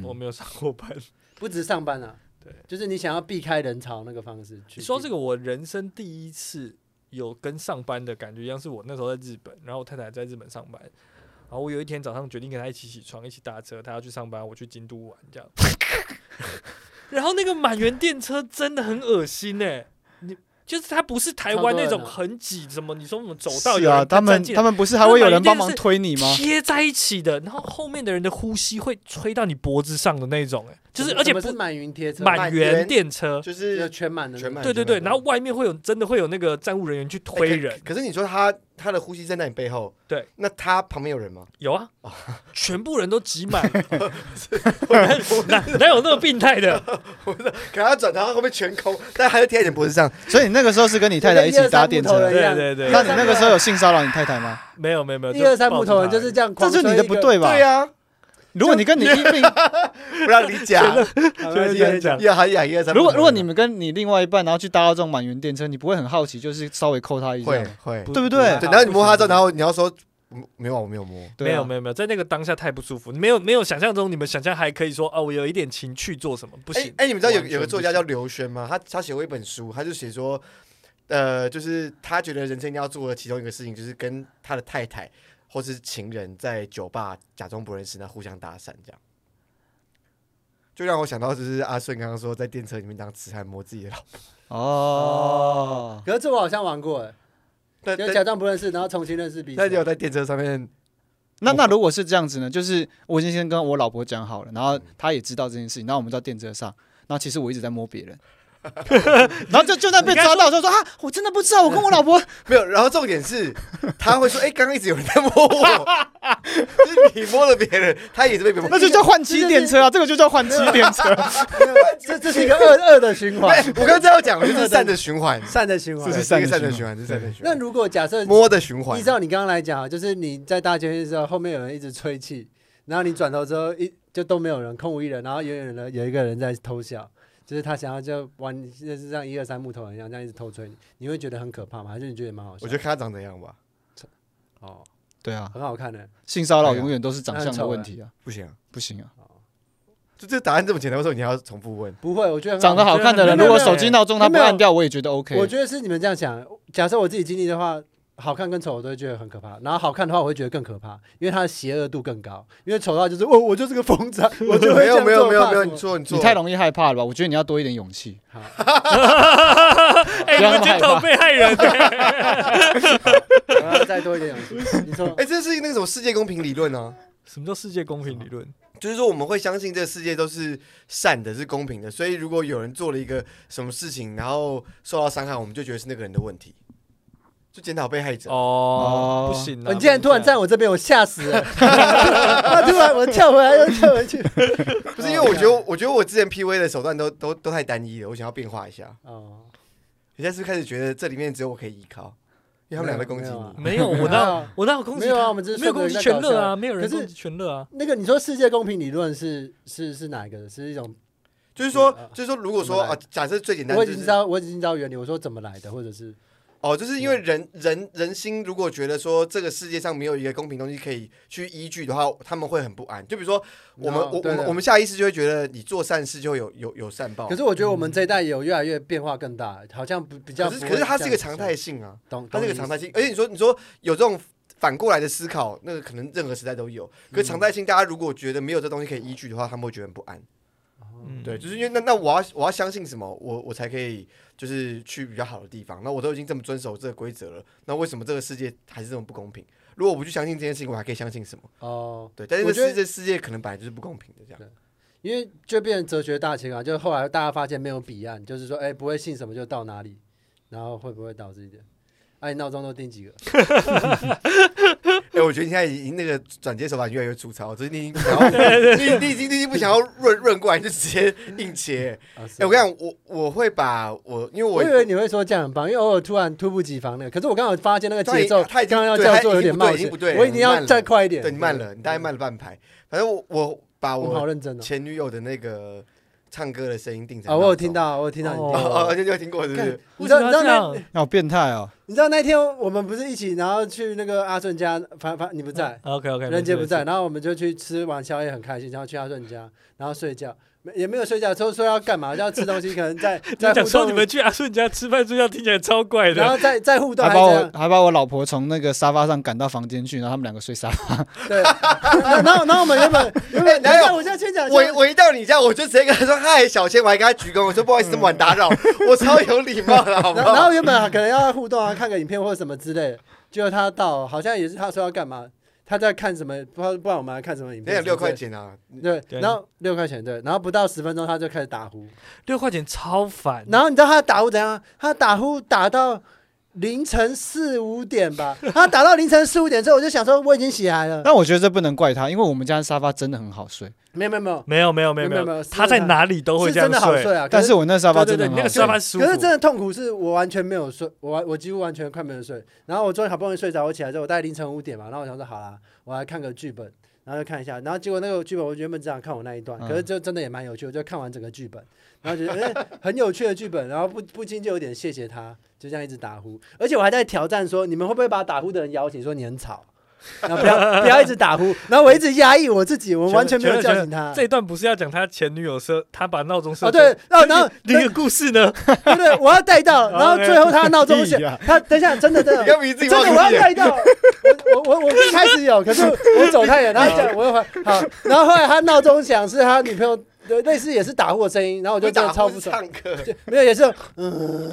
[SPEAKER 2] 我
[SPEAKER 3] 嗯，
[SPEAKER 2] 没有上过班。
[SPEAKER 1] 不止上班啊，
[SPEAKER 2] 对，
[SPEAKER 1] 就是你想要避开人潮那个方式去。
[SPEAKER 2] 你说这个，我人生第一次有跟上班的感觉一样，是我那时候在日本，然后我太太在日本上班，然后我有一天早上决定跟她一起起床，一起搭车，她要去上班，我去京都玩这样。然后那个满员电车真的很恶心哎、你就是它不是台湾那
[SPEAKER 1] 超
[SPEAKER 2] 种
[SPEAKER 1] 多人啊
[SPEAKER 2] 很挤，什么你说什么走道
[SPEAKER 3] 是
[SPEAKER 2] 有
[SPEAKER 3] 啊，
[SPEAKER 2] 人
[SPEAKER 3] 他们
[SPEAKER 2] 站进来
[SPEAKER 3] 他们不是还会有人帮忙
[SPEAKER 2] 那个
[SPEAKER 3] 推你吗？
[SPEAKER 2] 贴在一起的，然后后面的人的呼吸会吹到你脖子上的那种哎、就是而且
[SPEAKER 1] 什么
[SPEAKER 2] 不
[SPEAKER 1] 是满云贴车，
[SPEAKER 2] 满员
[SPEAKER 4] 员
[SPEAKER 2] 电车。
[SPEAKER 4] 就
[SPEAKER 1] 就是
[SPEAKER 4] 是
[SPEAKER 1] 全满的那个哎
[SPEAKER 4] 全满
[SPEAKER 2] 对对对，然后外面会有真的会有那个站务人员去推人，
[SPEAKER 4] 可是你说他他的呼吸声在你背后，
[SPEAKER 2] 对，
[SPEAKER 4] 那他旁边有人吗？
[SPEAKER 2] 有啊， 全部人都挤满， 哪哪有那么病 态的？
[SPEAKER 4] 可他转头后面全空，但还是贴在你脖子上。
[SPEAKER 3] 所以你那个时候是跟你太太一起搭电
[SPEAKER 1] 就跟
[SPEAKER 3] 车啊
[SPEAKER 1] 一二三木头人，
[SPEAKER 2] 对对对，
[SPEAKER 3] 那你那个时候有性骚扰你太太吗？
[SPEAKER 2] 没有没有没有，
[SPEAKER 1] 一二三木头人就是这样
[SPEAKER 3] 这
[SPEAKER 1] 狂
[SPEAKER 3] 就
[SPEAKER 1] 吹一
[SPEAKER 3] 是
[SPEAKER 1] 个，
[SPEAKER 3] 你的不对吧？
[SPEAKER 4] 对呀，
[SPEAKER 3] 啊如果你跟你一 并，
[SPEAKER 4] 不让你讲，
[SPEAKER 1] 好。
[SPEAKER 2] 就是
[SPEAKER 1] 没关
[SPEAKER 2] 这
[SPEAKER 1] 系
[SPEAKER 2] 样讲。
[SPEAKER 4] 要还养一二三。
[SPEAKER 3] 如果如果你们跟你另外一半，然后去搭到这种满员电车，你不会很好奇，就是稍微扣他一下
[SPEAKER 4] 会
[SPEAKER 3] 吗？
[SPEAKER 4] 会，
[SPEAKER 3] 对不对
[SPEAKER 4] 对，然后你摸他之后，然后你要说嗯没有啊，我没有摸。
[SPEAKER 3] 对
[SPEAKER 2] 没有
[SPEAKER 3] 啊，
[SPEAKER 2] 没有没有，在那个当下太不舒服，没有没有想象中，你们想象还可以说哦，我有一点情趣做什么不
[SPEAKER 4] 哎
[SPEAKER 2] 行？
[SPEAKER 4] 哎，你们知道有
[SPEAKER 2] 完全
[SPEAKER 4] 有个作家
[SPEAKER 2] 不
[SPEAKER 4] 叫
[SPEAKER 2] 行
[SPEAKER 4] 刘轩吗？他他写过一本书，他就写说，呃，就是他觉得人生一定要做的其中一个事情，就是跟他的太太或是情人在酒吧假装不认识，那互相搭讪这样。就让我想到，就是阿顺刚刚说在电车里面当痴汉摸自己的老婆，
[SPEAKER 3] 哦，
[SPEAKER 1] 可是这我好像玩过，哎
[SPEAKER 4] 但
[SPEAKER 1] 就
[SPEAKER 4] 但
[SPEAKER 1] 假装不认识，然后重新认识彼
[SPEAKER 4] 但
[SPEAKER 1] 此
[SPEAKER 4] 你。有在电车上面
[SPEAKER 3] 那那如果是这样子呢？就是我已经先跟我老婆讲好了，然后她也知道这件事情，然后我们到电车上，然后其实我一直在摸别人， 然后就就在被抓到，就说啊，我真的不知道，我跟我老婆，
[SPEAKER 4] 没有，然后重点是，他会说：“哎、刚刚一直有人在摸我，就是你摸了别人，他也是被别人摸。
[SPEAKER 3] 那就叫换妻电车 啊，这个就叫换妻电车，
[SPEAKER 1] 这这是一个恶恶的循环
[SPEAKER 4] 哎，我刚才要讲，就是善的循环，
[SPEAKER 1] 善的循环
[SPEAKER 3] 这。是
[SPEAKER 4] 对
[SPEAKER 3] 善的
[SPEAKER 4] 一个善的
[SPEAKER 3] 循
[SPEAKER 4] 循环，这是善的循
[SPEAKER 1] 那
[SPEAKER 4] 环。
[SPEAKER 1] 如果假设
[SPEAKER 4] 摸的循环
[SPEAKER 1] 依，照你刚刚来讲啊，就是你在大街的时候，后面有人一直吹气，然后你转头之后一就都没有人，空无一人，然后远远的有一个人在偷笑，就是他想要就玩，就是像一二三木头人一样，这样一直偷吹你，你会觉得很可怕吗？还是你觉得蛮好笑？
[SPEAKER 4] 我觉得看他长怎样吧。
[SPEAKER 1] 哦，
[SPEAKER 3] 对啊，
[SPEAKER 1] 很好看的、
[SPEAKER 3] 性骚扰
[SPEAKER 4] 对啊
[SPEAKER 3] 永远都是长
[SPEAKER 1] 那很
[SPEAKER 3] 相的
[SPEAKER 1] 丑
[SPEAKER 3] 问
[SPEAKER 1] 欸
[SPEAKER 3] 题啊，
[SPEAKER 4] 不行、啊，
[SPEAKER 3] 不行啊，
[SPEAKER 4] 就这答案这么简单，为什么你还要重复问？
[SPEAKER 1] 不会，我觉得很
[SPEAKER 3] 长得好看的人，
[SPEAKER 1] 没
[SPEAKER 3] 如
[SPEAKER 1] 有
[SPEAKER 3] 果
[SPEAKER 1] 没有
[SPEAKER 3] 手机闹钟他不
[SPEAKER 1] 没有
[SPEAKER 3] 按掉，我也觉得 OK。
[SPEAKER 1] 我觉得是你们这样想。假设我自己经历的话，好看跟丑我都会觉得很可怕，然后好看的话我会觉得更可怕，因为它的邪恶度更高。因为丑的话就是我、我就是个疯 子啊，我就会这
[SPEAKER 4] 没有
[SPEAKER 1] 样
[SPEAKER 4] 没有
[SPEAKER 1] 做
[SPEAKER 4] 没有
[SPEAKER 1] 怕
[SPEAKER 4] 没有，
[SPEAKER 1] 什么
[SPEAKER 4] 你做你做，
[SPEAKER 3] 你太容易害怕了吧？我觉得你要多一点勇气。
[SPEAKER 1] 好，
[SPEAKER 2] 哎，你们检讨被 害人，
[SPEAKER 1] 我要再多一点勇气。你说
[SPEAKER 4] 哎、这是那个什么世界公平理论呢、
[SPEAKER 2] 什么叫世界公平理 论？
[SPEAKER 4] 就是说我们会相信这个世界都是善的，是公平的，所以如果有人做了一个什么事情，然后受到伤害，我们就觉得是那个人的问题，就检讨被害者。
[SPEAKER 2] 哦，
[SPEAKER 3] 哦
[SPEAKER 2] 不行啊！
[SPEAKER 1] 你竟然
[SPEAKER 2] 不
[SPEAKER 1] 突
[SPEAKER 2] 能
[SPEAKER 1] 然站我这边，我吓死 了！ 他突然我跳回来又跳回去。
[SPEAKER 4] 不是因为我觉
[SPEAKER 1] 哦
[SPEAKER 4] 得，我觉得我之前 P V 的手段都都都太单一了，我想要变化一下。
[SPEAKER 1] 哦，
[SPEAKER 4] 人家是不是开始觉得这里面只有我可以依靠，因为他们俩在攻击
[SPEAKER 1] 没有啊
[SPEAKER 4] 你。
[SPEAKER 2] 没有我
[SPEAKER 1] 没
[SPEAKER 2] 那
[SPEAKER 1] 有
[SPEAKER 2] 我那有攻击
[SPEAKER 1] 没有啊
[SPEAKER 2] 他
[SPEAKER 1] 我们只是
[SPEAKER 2] 没有
[SPEAKER 1] 顺
[SPEAKER 2] 攻
[SPEAKER 1] 着
[SPEAKER 2] 击
[SPEAKER 1] 在
[SPEAKER 2] 全
[SPEAKER 1] 搞
[SPEAKER 2] 乐
[SPEAKER 1] 笑
[SPEAKER 2] 啊，没有人
[SPEAKER 1] 可是
[SPEAKER 2] 攻击全乐啊。
[SPEAKER 1] 那个你说世界公平理论是是是哪一个？是一种
[SPEAKER 4] 就是说
[SPEAKER 1] 嗯啊，
[SPEAKER 4] 就是说，如果说
[SPEAKER 1] 怎么
[SPEAKER 4] 啊
[SPEAKER 1] 来，
[SPEAKER 4] 假设最简单
[SPEAKER 1] 我
[SPEAKER 4] 就
[SPEAKER 1] 已经知
[SPEAKER 4] 是
[SPEAKER 1] 道我已经知道原理，我说怎么来的，或者是
[SPEAKER 4] 哦，就是因
[SPEAKER 1] 嗯
[SPEAKER 4] 为人人人心如果觉得说这个世界上没有一个公平东西可以去依据的话，他们会很不安。就比如说，我们
[SPEAKER 1] 哦
[SPEAKER 4] 我我
[SPEAKER 1] 对
[SPEAKER 4] 们
[SPEAKER 1] 的
[SPEAKER 4] 我们下意识就会觉得你做善事就会有有有善报。
[SPEAKER 1] 可是我觉得我
[SPEAKER 2] 嗯
[SPEAKER 1] 们这一代有越来越变化更大，好像不比较
[SPEAKER 4] 可
[SPEAKER 1] 不
[SPEAKER 4] 是
[SPEAKER 1] 会这样。
[SPEAKER 4] 可是它是一个常态性啊，
[SPEAKER 1] 懂，懂
[SPEAKER 4] 它是一个
[SPEAKER 1] 你
[SPEAKER 4] 常
[SPEAKER 1] 意
[SPEAKER 4] 态
[SPEAKER 1] 思
[SPEAKER 4] 性。而且你说你说有这种反过来的思考，那个可能任何时代都有。可是常态性，大家如果觉得没有这东西可以依据的话，他们会觉得很不安。
[SPEAKER 2] 嗯，
[SPEAKER 4] 对，就是因为那那我要我要相信什么，我我才可以就是去比较好的地方。那我都已经这么遵守这个规则了，那为什么这个世界还是这么不公平？如果我不去相信这件事情，我还可以相信什么？
[SPEAKER 1] 哦，
[SPEAKER 4] 对，但是
[SPEAKER 1] 我
[SPEAKER 4] 这
[SPEAKER 1] 觉得
[SPEAKER 4] 世这世界可能本来就是不公平的这样。
[SPEAKER 1] 因为就变成哲学大清啊，就是后来大家发现没有彼岸，就是说，哎、不会信什么就到哪里，然后会不会导致一点？哎、你闹钟都定几个？
[SPEAKER 4] 哎、我觉得你现在已经那个转接手法越来越粗糙，就是你已经不想 要，你你已经你已经不想要润润过来，你就直接硬切。
[SPEAKER 1] 啊
[SPEAKER 4] 哎、我跟你讲，我我会把我因为
[SPEAKER 1] 我
[SPEAKER 4] 我
[SPEAKER 1] 以为你会说这样很棒，因为偶尔突然突不及防那个，可是我刚好发现那个
[SPEAKER 4] 他已
[SPEAKER 1] 节奏，
[SPEAKER 4] 他已经
[SPEAKER 1] 刚刚要
[SPEAKER 4] 对
[SPEAKER 1] 叫
[SPEAKER 4] 他
[SPEAKER 1] 做
[SPEAKER 4] 已
[SPEAKER 1] 有
[SPEAKER 4] 经
[SPEAKER 1] 点
[SPEAKER 4] 不对
[SPEAKER 1] 冒
[SPEAKER 4] 已经
[SPEAKER 1] 险
[SPEAKER 4] 不对，了
[SPEAKER 1] 我一定
[SPEAKER 4] 你慢
[SPEAKER 1] 要
[SPEAKER 4] 了
[SPEAKER 1] 再快一点。
[SPEAKER 4] 对你慢了，你大概慢了半拍。反正我我把
[SPEAKER 1] 我们好
[SPEAKER 4] 我
[SPEAKER 1] 认真哦。
[SPEAKER 4] 前女友的那个唱歌的声音定成
[SPEAKER 1] 啊，我有
[SPEAKER 4] 闹钟
[SPEAKER 1] 听。到，我有听到你
[SPEAKER 2] 哦
[SPEAKER 1] 听到。
[SPEAKER 4] 哦哦，你有听过是不是？
[SPEAKER 1] 你知道
[SPEAKER 2] 为
[SPEAKER 1] 你
[SPEAKER 2] 什么
[SPEAKER 1] 知道
[SPEAKER 2] 要这
[SPEAKER 1] 那
[SPEAKER 2] 样
[SPEAKER 3] 好变态哦！
[SPEAKER 1] 你知道那天我们不是一起，然后去那个阿顺家，反反你不在，
[SPEAKER 2] ？OK OK，
[SPEAKER 1] 人杰不在，然后我们就去吃完宵夜，很开心，然后去阿顺家，然后睡觉，没也没有睡觉，说说要干嘛，要吃东西，可能 在在
[SPEAKER 2] 你讲
[SPEAKER 1] 互
[SPEAKER 2] 说
[SPEAKER 1] 动，
[SPEAKER 2] 你们去阿顺家吃饭睡觉，听起来超怪
[SPEAKER 1] 然
[SPEAKER 2] 的。
[SPEAKER 1] 后在在互动
[SPEAKER 3] 还
[SPEAKER 1] 还
[SPEAKER 3] 把
[SPEAKER 1] 这
[SPEAKER 3] 我
[SPEAKER 1] 样，
[SPEAKER 3] 还把我老婆从那个沙发上赶到房间去，然后他们两个睡沙发。
[SPEAKER 1] 对，然后然后我们原本原本，
[SPEAKER 4] 哎哪有
[SPEAKER 1] 等一下我现在先讲一下，
[SPEAKER 4] 我我一到你家，我就直接跟他说：“嗨，小千！”我还跟他鞠躬，我说：“不好意
[SPEAKER 1] 嗯
[SPEAKER 4] 思，这么晚打扰。”我超有礼貌的，好不
[SPEAKER 1] 然后然
[SPEAKER 4] 好
[SPEAKER 1] 后？原本可能要互动啊，看个影片或者什么之类的，结果他到好像也是他说要干嘛，他在看什么，不知道不然我们还看什么影
[SPEAKER 4] 那
[SPEAKER 1] 片，
[SPEAKER 4] 有六块
[SPEAKER 1] 钱，
[SPEAKER 4] 钱啊！
[SPEAKER 1] 对，
[SPEAKER 2] 对
[SPEAKER 1] 然后六块钱对，然后不到十分钟他就开始打呼。
[SPEAKER 2] 六块钱超烦，
[SPEAKER 1] 然后你知道他打呼怎样啊？他打呼打到凌晨四五点吧，他打到凌晨四五点之后，我就想说我已经起来了。
[SPEAKER 3] 但我觉得这不能怪他，因为我们家的沙发真的很好睡。
[SPEAKER 1] 没有没有没有，
[SPEAKER 2] 没有没有没有
[SPEAKER 1] 没有没有
[SPEAKER 2] 他在哪里 都会
[SPEAKER 1] 是
[SPEAKER 2] 这样
[SPEAKER 1] 真的好睡啊。可
[SPEAKER 3] 但是我那沙发真
[SPEAKER 2] 对对
[SPEAKER 3] 的
[SPEAKER 2] 对，
[SPEAKER 3] 很
[SPEAKER 2] 你
[SPEAKER 3] 好
[SPEAKER 2] 那个
[SPEAKER 3] 睡
[SPEAKER 2] 沙。发舒服。
[SPEAKER 1] 可是真的痛苦是我完全没有睡，我完我几乎完全快没有睡。然后我终于好不容易睡着，我起来之后我大概凌晨五点嘛，然后我想说好啦，我来看个剧本，然后就看一下。然后结果那个剧本我原本只想看我那一段，
[SPEAKER 3] 嗯
[SPEAKER 1] 可是就真的也蛮有趣，我就看完整个剧本，然后觉得、哎很有趣的剧本，然后不不禁就有点谢谢他，就这样一直打呼。而且我还在挑战说，你们会不会把打呼的人摇醒，说你很吵，然后不要不要一直打呼。然后我一直压抑我自己，我完全没有叫醒他。
[SPEAKER 2] 这一段不是要讲他前女友设，他把闹钟设
[SPEAKER 1] 哦对，然后然
[SPEAKER 2] 然
[SPEAKER 1] 后
[SPEAKER 2] 后那个故事呢？
[SPEAKER 1] 对对，我要带到，然后最后他闹钟
[SPEAKER 3] 屁
[SPEAKER 1] 响
[SPEAKER 3] 呀，
[SPEAKER 1] 他等一下，真的真的
[SPEAKER 4] 你，刚明自己
[SPEAKER 1] 真的
[SPEAKER 4] 忘
[SPEAKER 1] 我要
[SPEAKER 4] 记了，
[SPEAKER 1] 带到，我我我我一开始有，可是我走太远，然后讲我又回好，然后后来他闹钟响是他女朋友对类似也是打呼的声音，然后我
[SPEAKER 4] 我
[SPEAKER 1] 就真的
[SPEAKER 4] 打
[SPEAKER 1] 超
[SPEAKER 4] 呼
[SPEAKER 1] 不
[SPEAKER 4] 是
[SPEAKER 1] 爽，
[SPEAKER 4] 唱歌，
[SPEAKER 1] 就没有也是嗯、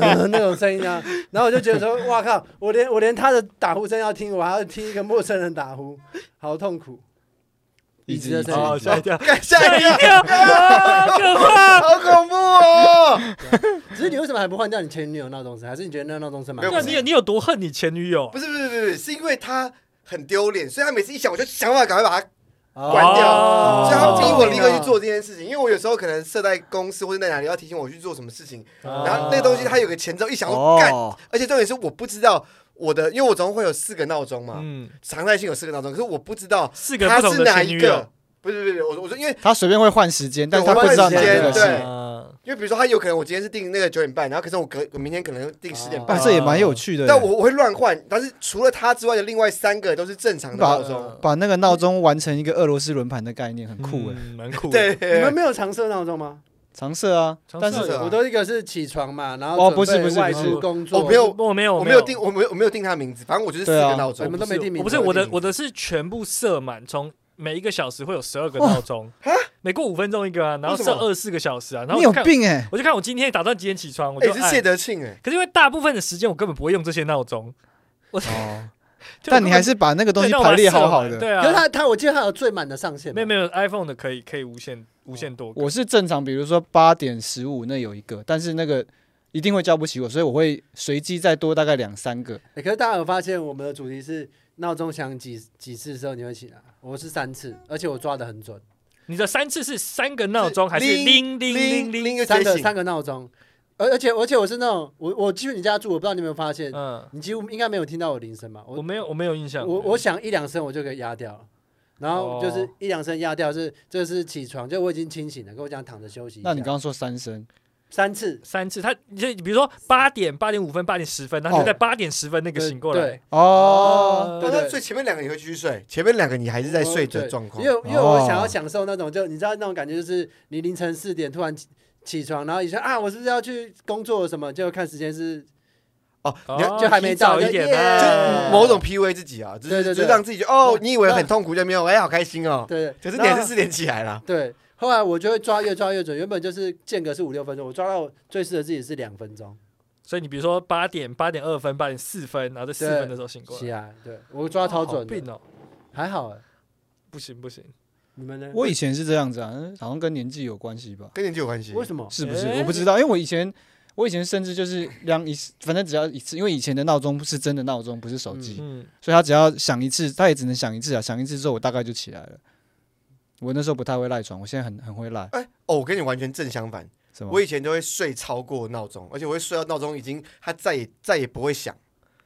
[SPEAKER 1] 嗯那种声音啊，然后我就觉得说哇靠，我连我连他的打呼声要听，我还要听一个陌生人打呼，好痛苦。
[SPEAKER 3] 一直
[SPEAKER 1] 椅子的
[SPEAKER 2] 哦，
[SPEAKER 1] 声
[SPEAKER 2] 吓 一跳，
[SPEAKER 4] 干
[SPEAKER 2] 吓
[SPEAKER 4] 吓
[SPEAKER 2] 一
[SPEAKER 4] 一跳，
[SPEAKER 2] 跳，啊可怕！
[SPEAKER 4] 好恐怖哦！
[SPEAKER 1] 只是你为什么还不换掉你前女友闹钟声？还是你觉得那闹钟声蛮
[SPEAKER 4] 没有
[SPEAKER 2] 那你有你有多恨你前女友？
[SPEAKER 4] 不是不是不是不是，是因为他很丢脸，所以他每次一响，我就想办法赶快把它关掉，
[SPEAKER 2] 哦
[SPEAKER 4] 啊所以他逼我立刻去
[SPEAKER 1] 做。
[SPEAKER 4] 做这件事情。因为我有时候可能设在公司或者在哪里要提醒我去做什么事情，
[SPEAKER 2] 啊
[SPEAKER 1] 哦
[SPEAKER 4] 然后那个东西它有个前奏，一响我干，
[SPEAKER 3] 哦，
[SPEAKER 4] 而且重点是我不知道我的，因为我总共会有四个闹钟嘛，
[SPEAKER 2] 嗯，
[SPEAKER 4] 常态性有四个闹钟，可是我不知道
[SPEAKER 2] 四个
[SPEAKER 4] 它
[SPEAKER 2] 不同
[SPEAKER 4] 是
[SPEAKER 2] 的哦
[SPEAKER 4] 哪
[SPEAKER 2] 前
[SPEAKER 4] 一
[SPEAKER 2] 女友
[SPEAKER 4] 个。，不是不是不是，我我说因为
[SPEAKER 3] 他随便会换时间，但是
[SPEAKER 4] 对
[SPEAKER 3] 他
[SPEAKER 4] 我
[SPEAKER 3] 不知道
[SPEAKER 4] 换
[SPEAKER 3] 哪
[SPEAKER 4] 时
[SPEAKER 3] 一
[SPEAKER 4] 间
[SPEAKER 3] 个
[SPEAKER 4] 对
[SPEAKER 3] 是。
[SPEAKER 2] 啊
[SPEAKER 4] 因为比如说他有可能我今天是定那个九点半，然后可是我隔我明天可能定十点
[SPEAKER 1] 哦
[SPEAKER 4] 半，
[SPEAKER 3] 啊，这也蛮有趣的耶。
[SPEAKER 4] 但我我会乱换。但是除了他之外的另外三个都是正常的
[SPEAKER 3] 把
[SPEAKER 4] 闹钟。
[SPEAKER 3] 把那个闹钟玩成一个俄罗斯轮盘的概念，很酷哎，
[SPEAKER 2] 嗯蛮酷的。
[SPEAKER 4] 对，
[SPEAKER 1] 你们没有常设闹钟吗？
[SPEAKER 3] 常设啊，
[SPEAKER 2] 常
[SPEAKER 3] 但
[SPEAKER 2] 设
[SPEAKER 3] 是
[SPEAKER 4] 对啊
[SPEAKER 1] 我都一个是起床嘛，然后
[SPEAKER 3] 哦不是
[SPEAKER 1] 准备
[SPEAKER 3] 不是
[SPEAKER 1] 外
[SPEAKER 3] 不
[SPEAKER 2] 是
[SPEAKER 1] 出工作，
[SPEAKER 4] 我没有
[SPEAKER 2] 我没有，
[SPEAKER 4] 我没有定，我没有我没有定他名字，反正我就是四
[SPEAKER 3] 对啊
[SPEAKER 4] 个闹
[SPEAKER 1] 我
[SPEAKER 4] 钟
[SPEAKER 1] 们。都没定名字
[SPEAKER 2] 我不是
[SPEAKER 4] 我没
[SPEAKER 2] 我的
[SPEAKER 4] 定，名
[SPEAKER 2] 我的是全部设满，从每一个小时会有十二个闹钟，每过五分钟一个啊，然后
[SPEAKER 4] 为什
[SPEAKER 2] 设
[SPEAKER 4] 么
[SPEAKER 2] 二四个小时啊，然后
[SPEAKER 3] 你
[SPEAKER 2] 我就
[SPEAKER 3] 有
[SPEAKER 2] 看，
[SPEAKER 3] 病哎，
[SPEAKER 2] 我就看我今天打算几点起床，我
[SPEAKER 4] 哎，
[SPEAKER 2] 就
[SPEAKER 4] 是
[SPEAKER 2] 按
[SPEAKER 4] 谢德庆哎，
[SPEAKER 2] 可是因为大部分的时间我根本不会用这些闹钟，
[SPEAKER 3] 哦，
[SPEAKER 2] 就
[SPEAKER 3] 但
[SPEAKER 2] 我
[SPEAKER 3] 你
[SPEAKER 2] 根
[SPEAKER 3] 还
[SPEAKER 2] 本
[SPEAKER 3] 是把那个东
[SPEAKER 2] 对
[SPEAKER 3] 西
[SPEAKER 2] 那我
[SPEAKER 3] 排
[SPEAKER 2] 把它
[SPEAKER 3] 列
[SPEAKER 2] 设
[SPEAKER 3] 好好
[SPEAKER 2] 满
[SPEAKER 3] 的。
[SPEAKER 2] 对啊，
[SPEAKER 1] 可是他他我记得他有最满的上限嘛，
[SPEAKER 2] 没有没有 iPhone 的可以可以无限无限多个，
[SPEAKER 3] 我是正常，比如说八点十五那有一个，但是那个一定会叫不起我，所以我会随机再多大概两三个。
[SPEAKER 1] 欸可是大家有发现我们的主题是闹钟响几几次之后你会起来？我是三次，而且我抓的很准，
[SPEAKER 2] 你的三次是三个闹钟还是铃铃铃
[SPEAKER 4] 铃
[SPEAKER 2] 铃？
[SPEAKER 4] 铃就
[SPEAKER 1] 三
[SPEAKER 4] 觉
[SPEAKER 1] 个
[SPEAKER 4] 醒，
[SPEAKER 1] 三个闹钟，而而且而且我是那种我我去你家住，我不知道你有没有发现，
[SPEAKER 2] 嗯，
[SPEAKER 1] 你几乎应该没有听到我铃声嘛？
[SPEAKER 2] 我
[SPEAKER 1] 我
[SPEAKER 2] 没有我没有印象，
[SPEAKER 1] 我我想一两声我就可以压掉了。然后就是
[SPEAKER 2] 哦
[SPEAKER 1] 一两声压掉，是这是起床，就我已经清醒了，跟我讲躺着休息一下。
[SPEAKER 3] 那你刚刚说三声，
[SPEAKER 1] 三次
[SPEAKER 2] 三次，他就比如说八点八点五分八点十分，他
[SPEAKER 3] 哦
[SPEAKER 2] 就在八点十分那个醒过来，嗯
[SPEAKER 1] 对，
[SPEAKER 3] 哦，
[SPEAKER 1] 对
[SPEAKER 4] 哦
[SPEAKER 1] 对
[SPEAKER 4] 那所以前面两个你会继续睡，前面两个你还是在睡的状况
[SPEAKER 1] 哦因。为因为我
[SPEAKER 3] 哦
[SPEAKER 1] 想要享受那种，就你知道那种感觉，就是你凌晨四点突然起起床，然后你说啊，我是不是要去工作什么？就看时间是
[SPEAKER 4] 哦，
[SPEAKER 2] 哦
[SPEAKER 4] 你要
[SPEAKER 1] 就还没到
[SPEAKER 2] 提早一点啊
[SPEAKER 1] 就
[SPEAKER 4] 就
[SPEAKER 1] 耶
[SPEAKER 4] 某种 PUA 自己啊，就
[SPEAKER 1] 对
[SPEAKER 4] 是
[SPEAKER 1] 对
[SPEAKER 4] 就
[SPEAKER 1] 对
[SPEAKER 4] 让自己觉得哦，你以为很
[SPEAKER 1] 那
[SPEAKER 4] 痛苦就没有，哎，好开心哦。
[SPEAKER 1] 对，
[SPEAKER 4] 可是你
[SPEAKER 1] 然
[SPEAKER 4] 还
[SPEAKER 1] 后
[SPEAKER 4] 是四点起来了，
[SPEAKER 1] 对。后来我就会抓越抓越准，原本就是间隔是五六分钟，我抓到最适合自己是两分钟
[SPEAKER 2] 所以你比如说八点八点二分八点四分，然后在四分的时候醒过
[SPEAKER 1] 起
[SPEAKER 2] 来，
[SPEAKER 1] 来，对我抓超准
[SPEAKER 2] 哦
[SPEAKER 1] 的，
[SPEAKER 2] 好病哦，
[SPEAKER 1] 还好欸。
[SPEAKER 2] 不行不行，
[SPEAKER 1] 你们呢？
[SPEAKER 3] 我以前是这样子啊，嗯好像跟年纪有关系吧？
[SPEAKER 4] 跟年纪有关系。
[SPEAKER 1] 为什么？
[SPEAKER 3] 是不是？
[SPEAKER 2] 诶
[SPEAKER 3] 我不知道，因为我以前。我以前甚至就是量一次，反正只要一次，因为以前的闹钟是真的闹钟，不是手机，
[SPEAKER 2] 嗯，
[SPEAKER 3] 所以他只要响一次，他也只能响一次啊，响一次之后我大概就起来了。我那时候不太会赖床，我现在很很会赖，
[SPEAKER 4] 哎，哦，我跟你完全正相反，
[SPEAKER 3] 什么
[SPEAKER 4] 我？以前都会睡超过闹钟，而且我会睡到闹钟已经它再也再也不会响。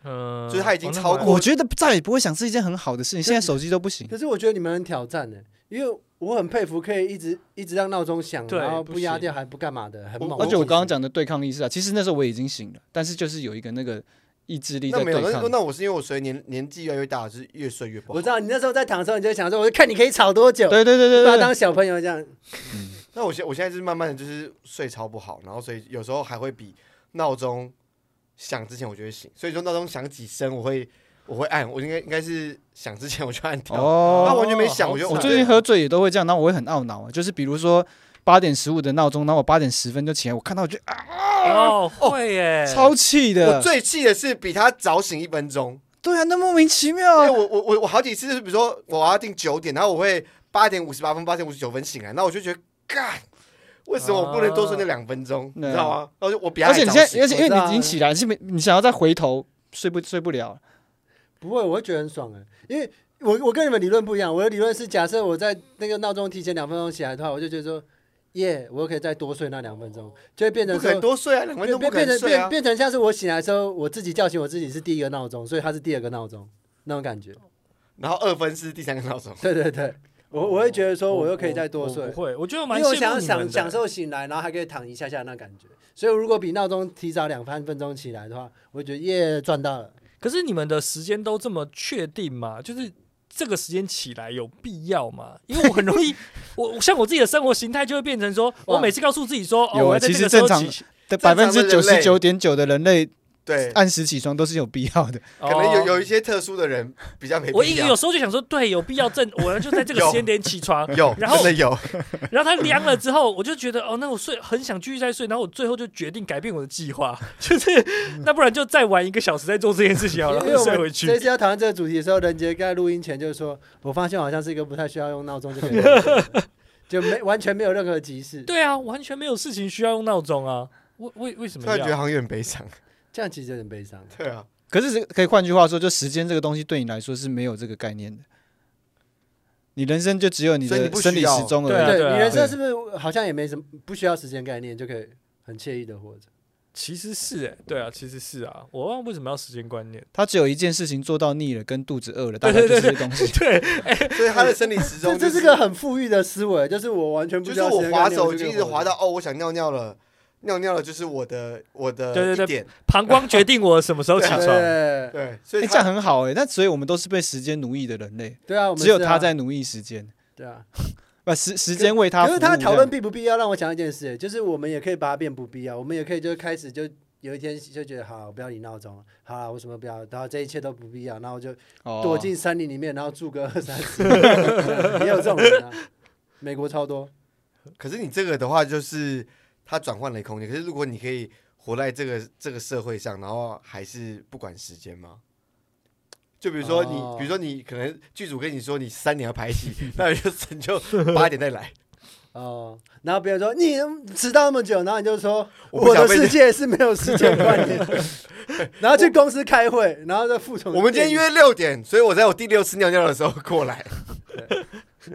[SPEAKER 2] 嗯
[SPEAKER 4] 就是他已经
[SPEAKER 2] 哦那
[SPEAKER 4] 超
[SPEAKER 2] 蛮
[SPEAKER 4] 过
[SPEAKER 3] 我觉得再也不会想是一件很好的事情，现在手机都不行。
[SPEAKER 1] 可是我觉得你们很挑战呢，因为我很佩服可以一直一直让闹钟响，
[SPEAKER 2] 对
[SPEAKER 1] 然后
[SPEAKER 2] 不
[SPEAKER 1] 不压
[SPEAKER 2] 行
[SPEAKER 1] 掉还不干嘛的，很
[SPEAKER 4] 我
[SPEAKER 1] 猛。
[SPEAKER 3] 而且我刚刚讲的对抗意识啊，其实那时候我已经醒了，但是就是有一个那个意志力在
[SPEAKER 4] 那没有，
[SPEAKER 3] 对
[SPEAKER 4] 那
[SPEAKER 3] 抗。
[SPEAKER 4] 那我是因为我随着年年纪越来越大，就是越睡越不好
[SPEAKER 1] 我知。道你那时候在躺的时候，你就会想说，我就看你可以吵多久，
[SPEAKER 3] 对对对对
[SPEAKER 1] 把他
[SPEAKER 3] 对
[SPEAKER 1] 当小朋友这样。
[SPEAKER 4] 那我现我现在就是慢慢的就是睡超不好，然后所以有时候还会比闹钟响之前我就会醒，所以说闹钟响几声我会我会按，我应该应该是响之前我就按掉。
[SPEAKER 3] 哦
[SPEAKER 4] 他完全没想，
[SPEAKER 2] 哦
[SPEAKER 4] 我觉得
[SPEAKER 3] 我
[SPEAKER 2] 好
[SPEAKER 3] 最近喝醉也都会这样，然后我会很懊恼啊，就是比如说八点十五的闹钟，然后我八点十分就起来，我看到我就啊
[SPEAKER 2] 哦会耶，
[SPEAKER 3] 超气
[SPEAKER 4] 哎我
[SPEAKER 3] 的，
[SPEAKER 4] 最气的是比他早醒一分钟，
[SPEAKER 3] 对啊，那莫名其
[SPEAKER 4] 因
[SPEAKER 3] 妙
[SPEAKER 4] 为
[SPEAKER 3] 啊，
[SPEAKER 4] 我我我我好几次，就是比如说我要定九点，然后我会八点五十八分、八点五十九分醒来，那我就觉得干，为什么我不能多睡那两分钟？你知道吗？然后就我比他
[SPEAKER 3] 啊而
[SPEAKER 4] 还
[SPEAKER 3] 且你
[SPEAKER 4] 早
[SPEAKER 3] 现在，
[SPEAKER 4] 醒
[SPEAKER 3] 而且因为
[SPEAKER 1] 我知道
[SPEAKER 3] 你已经起来，是没你想要再回头睡不睡不了，
[SPEAKER 1] 不会，我会觉得很爽哎，因为我我跟你们理论不一样，我的理论是假设我在那个闹钟提前两分钟起来的话，我就觉得说，耶，我又可以再多睡那两分钟，就会变成
[SPEAKER 4] 不可能
[SPEAKER 1] 说。
[SPEAKER 4] 多睡啊，两分
[SPEAKER 1] 变
[SPEAKER 4] 钟不
[SPEAKER 1] 变
[SPEAKER 4] 可
[SPEAKER 1] 变
[SPEAKER 4] 能
[SPEAKER 1] 成
[SPEAKER 4] 睡啊
[SPEAKER 1] 变。变成像是我醒来的时候，我自己叫醒我自己是第一个闹钟，所以它是第二个闹钟那种感觉。
[SPEAKER 4] 然后二分是第三个闹钟，
[SPEAKER 1] 对对对，我我会觉得说我又可以再多
[SPEAKER 2] 我
[SPEAKER 1] 睡，
[SPEAKER 2] 我不会，我觉得我
[SPEAKER 1] 因
[SPEAKER 2] 蛮
[SPEAKER 1] 为我
[SPEAKER 2] 羡慕
[SPEAKER 1] 想要
[SPEAKER 2] 你们
[SPEAKER 1] 享
[SPEAKER 2] 的
[SPEAKER 1] 享受醒来，然后还可以躺一下下那感觉。所以如果比闹钟提早两三分钟起来的话，我会觉得耶赚到了。
[SPEAKER 2] 可是你们的时间都这么确定吗？就是这个时间起来有必要吗？因为我很容易，我我像我自己的生活形态就会变成说，
[SPEAKER 1] 哇
[SPEAKER 2] 我每次告诉自己说，哦，
[SPEAKER 3] 有
[SPEAKER 2] 我
[SPEAKER 3] 欸
[SPEAKER 2] 要在
[SPEAKER 3] 其
[SPEAKER 2] 这
[SPEAKER 3] 实
[SPEAKER 2] 个时候
[SPEAKER 3] 正常
[SPEAKER 2] 起，
[SPEAKER 3] 的百
[SPEAKER 4] 正常
[SPEAKER 3] 分
[SPEAKER 4] 的
[SPEAKER 3] 之
[SPEAKER 4] 人
[SPEAKER 3] 九十
[SPEAKER 4] 类
[SPEAKER 3] 九点九的人类
[SPEAKER 4] 对，
[SPEAKER 3] 按时起床都是有必要的。
[SPEAKER 2] 可
[SPEAKER 4] 可能有有一。些特殊的人比较没
[SPEAKER 2] 哦我
[SPEAKER 4] 必
[SPEAKER 2] 一
[SPEAKER 4] 要。。
[SPEAKER 2] 有时候就想说，对，有必要正，我要就在这个时间点起床
[SPEAKER 4] 有，
[SPEAKER 2] 然后
[SPEAKER 4] 真的有，
[SPEAKER 2] 然后它凉了之后，我就觉得哦，那我睡很想继续再睡，然后我最后就决定改变我的计划， 就是那不然就再玩一个小时再做这件事情好了，
[SPEAKER 1] 因
[SPEAKER 2] 然
[SPEAKER 1] 为
[SPEAKER 2] 后
[SPEAKER 1] 我
[SPEAKER 2] 睡回
[SPEAKER 1] 们这
[SPEAKER 2] 去。
[SPEAKER 1] 次要讨论这个主题的时候，任杰在录音前就说，我发现我好像是一个不太需要用闹钟就可以完成的，就没完全没有任何急事。
[SPEAKER 2] 对啊，完全没有事情需要用闹钟啊，为为为什
[SPEAKER 4] 突
[SPEAKER 2] 么
[SPEAKER 4] 然觉得
[SPEAKER 2] 要？
[SPEAKER 4] 好像有点悲 伤。
[SPEAKER 1] 这样其实有点悲伤。
[SPEAKER 4] 对啊，
[SPEAKER 3] 可是这个可以换句话说，就时间这个东西对你来说是没有这个概念的。你人生就只有你
[SPEAKER 4] 所以你
[SPEAKER 3] 的
[SPEAKER 4] 不需
[SPEAKER 3] 生理
[SPEAKER 4] 要
[SPEAKER 3] 时钟而
[SPEAKER 2] 对啊
[SPEAKER 3] 已。
[SPEAKER 1] 你人生
[SPEAKER 3] 对
[SPEAKER 1] 是不是好像也没什么不需要时间概念就可以很惬意的活着？
[SPEAKER 2] 其实是哎、对啊，其实是啊，我忘了为什么要时间观念。
[SPEAKER 3] 他只有一件事情做到腻了，跟肚子饿了，大概就是这些东西。
[SPEAKER 2] 对，
[SPEAKER 4] 所以他的生 理时
[SPEAKER 1] 这
[SPEAKER 4] 钟
[SPEAKER 1] 这
[SPEAKER 4] 就是
[SPEAKER 1] 个很富裕的思维，就是我完全不
[SPEAKER 4] 就
[SPEAKER 1] 知
[SPEAKER 4] 是
[SPEAKER 1] 道
[SPEAKER 4] 我
[SPEAKER 1] 时间概
[SPEAKER 4] 滑
[SPEAKER 1] 念
[SPEAKER 4] 手机一直滑
[SPEAKER 1] 我就可以活着
[SPEAKER 4] 到哦，我想尿尿了，尿尿了就是我的我的
[SPEAKER 2] 对对对
[SPEAKER 4] 一点
[SPEAKER 2] 膀胱决定我什么时候起床。
[SPEAKER 1] 对啊
[SPEAKER 4] 对，所以
[SPEAKER 3] 哎，这样
[SPEAKER 4] 他
[SPEAKER 3] 很好哎、那所以我们都是被时间奴役的人类，
[SPEAKER 1] 对啊，我们
[SPEAKER 3] 只有
[SPEAKER 1] 是
[SPEAKER 3] 他
[SPEAKER 1] 啊
[SPEAKER 3] 在奴役时间，
[SPEAKER 1] 对啊。
[SPEAKER 3] 不时时间为他
[SPEAKER 1] 可
[SPEAKER 3] 服
[SPEAKER 1] 是
[SPEAKER 3] 务。
[SPEAKER 1] 他讨论
[SPEAKER 3] 这样
[SPEAKER 1] 必不必要，让我想到一件事，就是我们也可以把它变不必要，我们也可以就开始就有一天就觉得好，不要理闹钟了，好了，我什么都不要，然后这一切都不必要，然后就
[SPEAKER 3] 哦
[SPEAKER 1] 躲进山林里面，然后住个二三十年，也有这种人啊，美国超多。
[SPEAKER 4] 可是你这个的话就是他转换了空间，可是如果你可以活在这个这个社会上，然后还是不管时间吗？就比如说你，
[SPEAKER 1] 哦
[SPEAKER 4] 比如说你可能剧组跟你说你三点要拍戏，那你就你就八点再来。
[SPEAKER 1] 哦，然后别人说你迟到那么久，然后你就说
[SPEAKER 4] 我不
[SPEAKER 1] 我
[SPEAKER 4] 想
[SPEAKER 1] 的
[SPEAKER 4] 被
[SPEAKER 1] 世界是没有时间观念，然后去公司开会，然后再复从。
[SPEAKER 4] 我们今天约六点，所以我在我第六次尿尿的时候过来。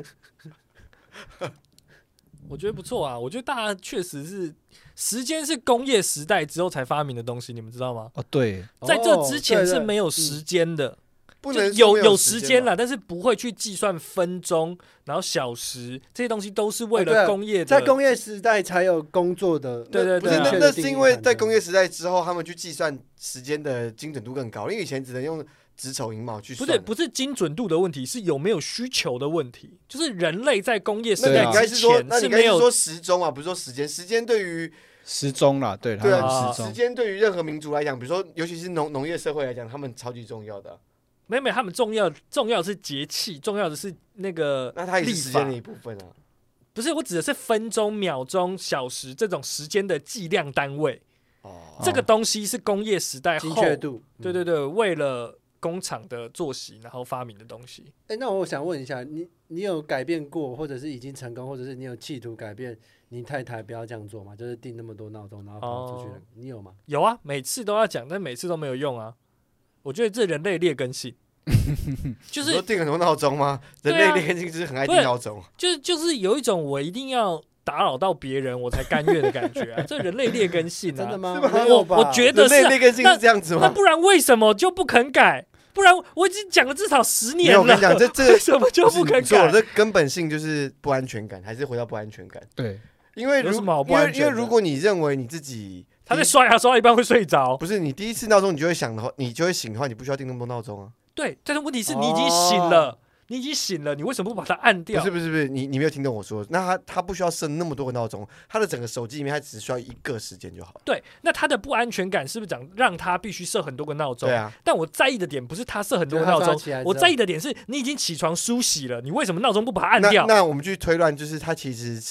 [SPEAKER 2] 我觉得不错啊，我觉得大家确实是时间是工业时代之后才发明的东西，你们知道吗？
[SPEAKER 3] 哦，对，
[SPEAKER 1] 哦
[SPEAKER 2] 在这之前是
[SPEAKER 1] 对对嗯
[SPEAKER 2] 没有时间的，
[SPEAKER 4] 不
[SPEAKER 2] 就
[SPEAKER 4] 能说
[SPEAKER 2] 有
[SPEAKER 4] 没
[SPEAKER 2] 有
[SPEAKER 4] 时
[SPEAKER 2] 时间
[SPEAKER 4] 吧
[SPEAKER 2] 了，但是不会去计算分钟，然后小时这些东西都是为
[SPEAKER 1] 哦对
[SPEAKER 2] 了
[SPEAKER 1] 啊
[SPEAKER 2] 工业的。
[SPEAKER 1] 在工业时代才有工作的，
[SPEAKER 2] 对对
[SPEAKER 4] 不
[SPEAKER 2] 对
[SPEAKER 4] 是
[SPEAKER 2] 啊
[SPEAKER 4] 那
[SPEAKER 1] 确
[SPEAKER 4] 那
[SPEAKER 1] 定
[SPEAKER 4] 是
[SPEAKER 1] 义
[SPEAKER 4] 因为
[SPEAKER 1] 感
[SPEAKER 4] 在
[SPEAKER 1] 的
[SPEAKER 4] 工业时代之后，他们去计算时间的精准度更高，因为以前只能用子丑寅卯去
[SPEAKER 2] 不
[SPEAKER 4] 算。
[SPEAKER 2] 是不是精准度的问题，是有没有需求的问题。就是人类在工业时
[SPEAKER 4] 那你
[SPEAKER 3] 对
[SPEAKER 2] 代
[SPEAKER 3] 啊
[SPEAKER 4] 应
[SPEAKER 2] 之
[SPEAKER 4] 该是说，那你
[SPEAKER 2] 前是
[SPEAKER 4] 应该
[SPEAKER 2] 没
[SPEAKER 4] 是
[SPEAKER 2] 有
[SPEAKER 4] 说时钟啊，不是说时间。时间对于
[SPEAKER 3] 时钟啦，对啦，
[SPEAKER 4] 对
[SPEAKER 3] 他
[SPEAKER 4] 啊，
[SPEAKER 3] 们
[SPEAKER 2] 啊
[SPEAKER 3] 时
[SPEAKER 4] 时
[SPEAKER 3] 钟。
[SPEAKER 4] 间对于任何民族来讲，比如说尤其是农农业社会来讲，他们超级重要的啊。
[SPEAKER 2] 没有没有，他们重要重要的是节气，重要的是那个
[SPEAKER 4] 那它也是
[SPEAKER 2] 立
[SPEAKER 4] 时间
[SPEAKER 2] 法
[SPEAKER 4] 的一部分啊。
[SPEAKER 2] 不是我指的是分钟、秒钟、小时这种时间的计量单位。
[SPEAKER 4] 哦，
[SPEAKER 2] 这个东西是工业时代后
[SPEAKER 1] 精确，度。
[SPEAKER 2] 对对对，为了工厂的作息然后发明的东西。
[SPEAKER 1] 哎、那我想问一下，你你有改变过，或者是已经成功，或者是你有企图改变你太太不要这样做吗？就是定那么多闹钟，然后跑出去，
[SPEAKER 2] 哦
[SPEAKER 1] 你有吗？
[SPEAKER 2] 有啊，每次都要讲，但每次都没有用啊。我觉得这人类劣根 性，就
[SPEAKER 4] 就是定很多闹钟吗？人
[SPEAKER 2] 对
[SPEAKER 4] 类
[SPEAKER 2] 啊
[SPEAKER 4] 劣根性就是很爱
[SPEAKER 2] 不
[SPEAKER 4] 定
[SPEAKER 2] 是
[SPEAKER 4] 闹钟。
[SPEAKER 2] 就是就是有一种我一定要打扰到别人我才甘愿的感 觉啊，这人类劣根性
[SPEAKER 1] 真的
[SPEAKER 2] 啊。
[SPEAKER 1] 吗？
[SPEAKER 4] 是吧
[SPEAKER 1] 没
[SPEAKER 2] 我
[SPEAKER 1] 有吧
[SPEAKER 2] 我觉得
[SPEAKER 4] 人
[SPEAKER 2] 是
[SPEAKER 4] 类
[SPEAKER 2] 啊
[SPEAKER 4] 劣根性
[SPEAKER 2] 那
[SPEAKER 4] 是这样子
[SPEAKER 2] 那
[SPEAKER 4] 吗？
[SPEAKER 2] 不然为什么就不肯改？不然我已经讲了至少十
[SPEAKER 4] 没
[SPEAKER 2] 年了。
[SPEAKER 4] 有，我跟你讲， 这这
[SPEAKER 2] 为
[SPEAKER 4] 个
[SPEAKER 2] 什么就不肯
[SPEAKER 4] 是你错了
[SPEAKER 2] 改？
[SPEAKER 4] 这根本性就是不安全感，还是回到不安全感。
[SPEAKER 3] 对，
[SPEAKER 4] 因为
[SPEAKER 2] 有
[SPEAKER 4] 如
[SPEAKER 2] 什么好不
[SPEAKER 4] 因为
[SPEAKER 2] 安全
[SPEAKER 4] 因为
[SPEAKER 2] 的
[SPEAKER 4] 如果你认为你自己
[SPEAKER 2] 他在
[SPEAKER 4] 第一
[SPEAKER 2] 刷牙刷到一半会睡着。
[SPEAKER 4] 不是你第一次闹钟，你就会想的话，你就会醒的话，你不需要定那么多闹钟啊。
[SPEAKER 2] 对，但是问题是你已经醒了，你已经醒了，你为什么不把它按
[SPEAKER 4] 不
[SPEAKER 2] 掉
[SPEAKER 4] 是？不是不是，你你没有听懂我说的。那他他不需要设那么多个闹钟，他的整个手机里面他只需要一个时间就好。
[SPEAKER 2] 对，那他的不安全感是不是讲让他必须设很多个闹钟
[SPEAKER 4] 对？啊，
[SPEAKER 2] 但我在意的点不是他设很多
[SPEAKER 1] 就是他
[SPEAKER 2] 个闹
[SPEAKER 1] 早上
[SPEAKER 2] 钟
[SPEAKER 1] 起来之，后
[SPEAKER 2] 我在意的点是你已经起床梳洗了，你为什么闹钟不把它按掉？
[SPEAKER 4] 那那我们去推断，就是他其实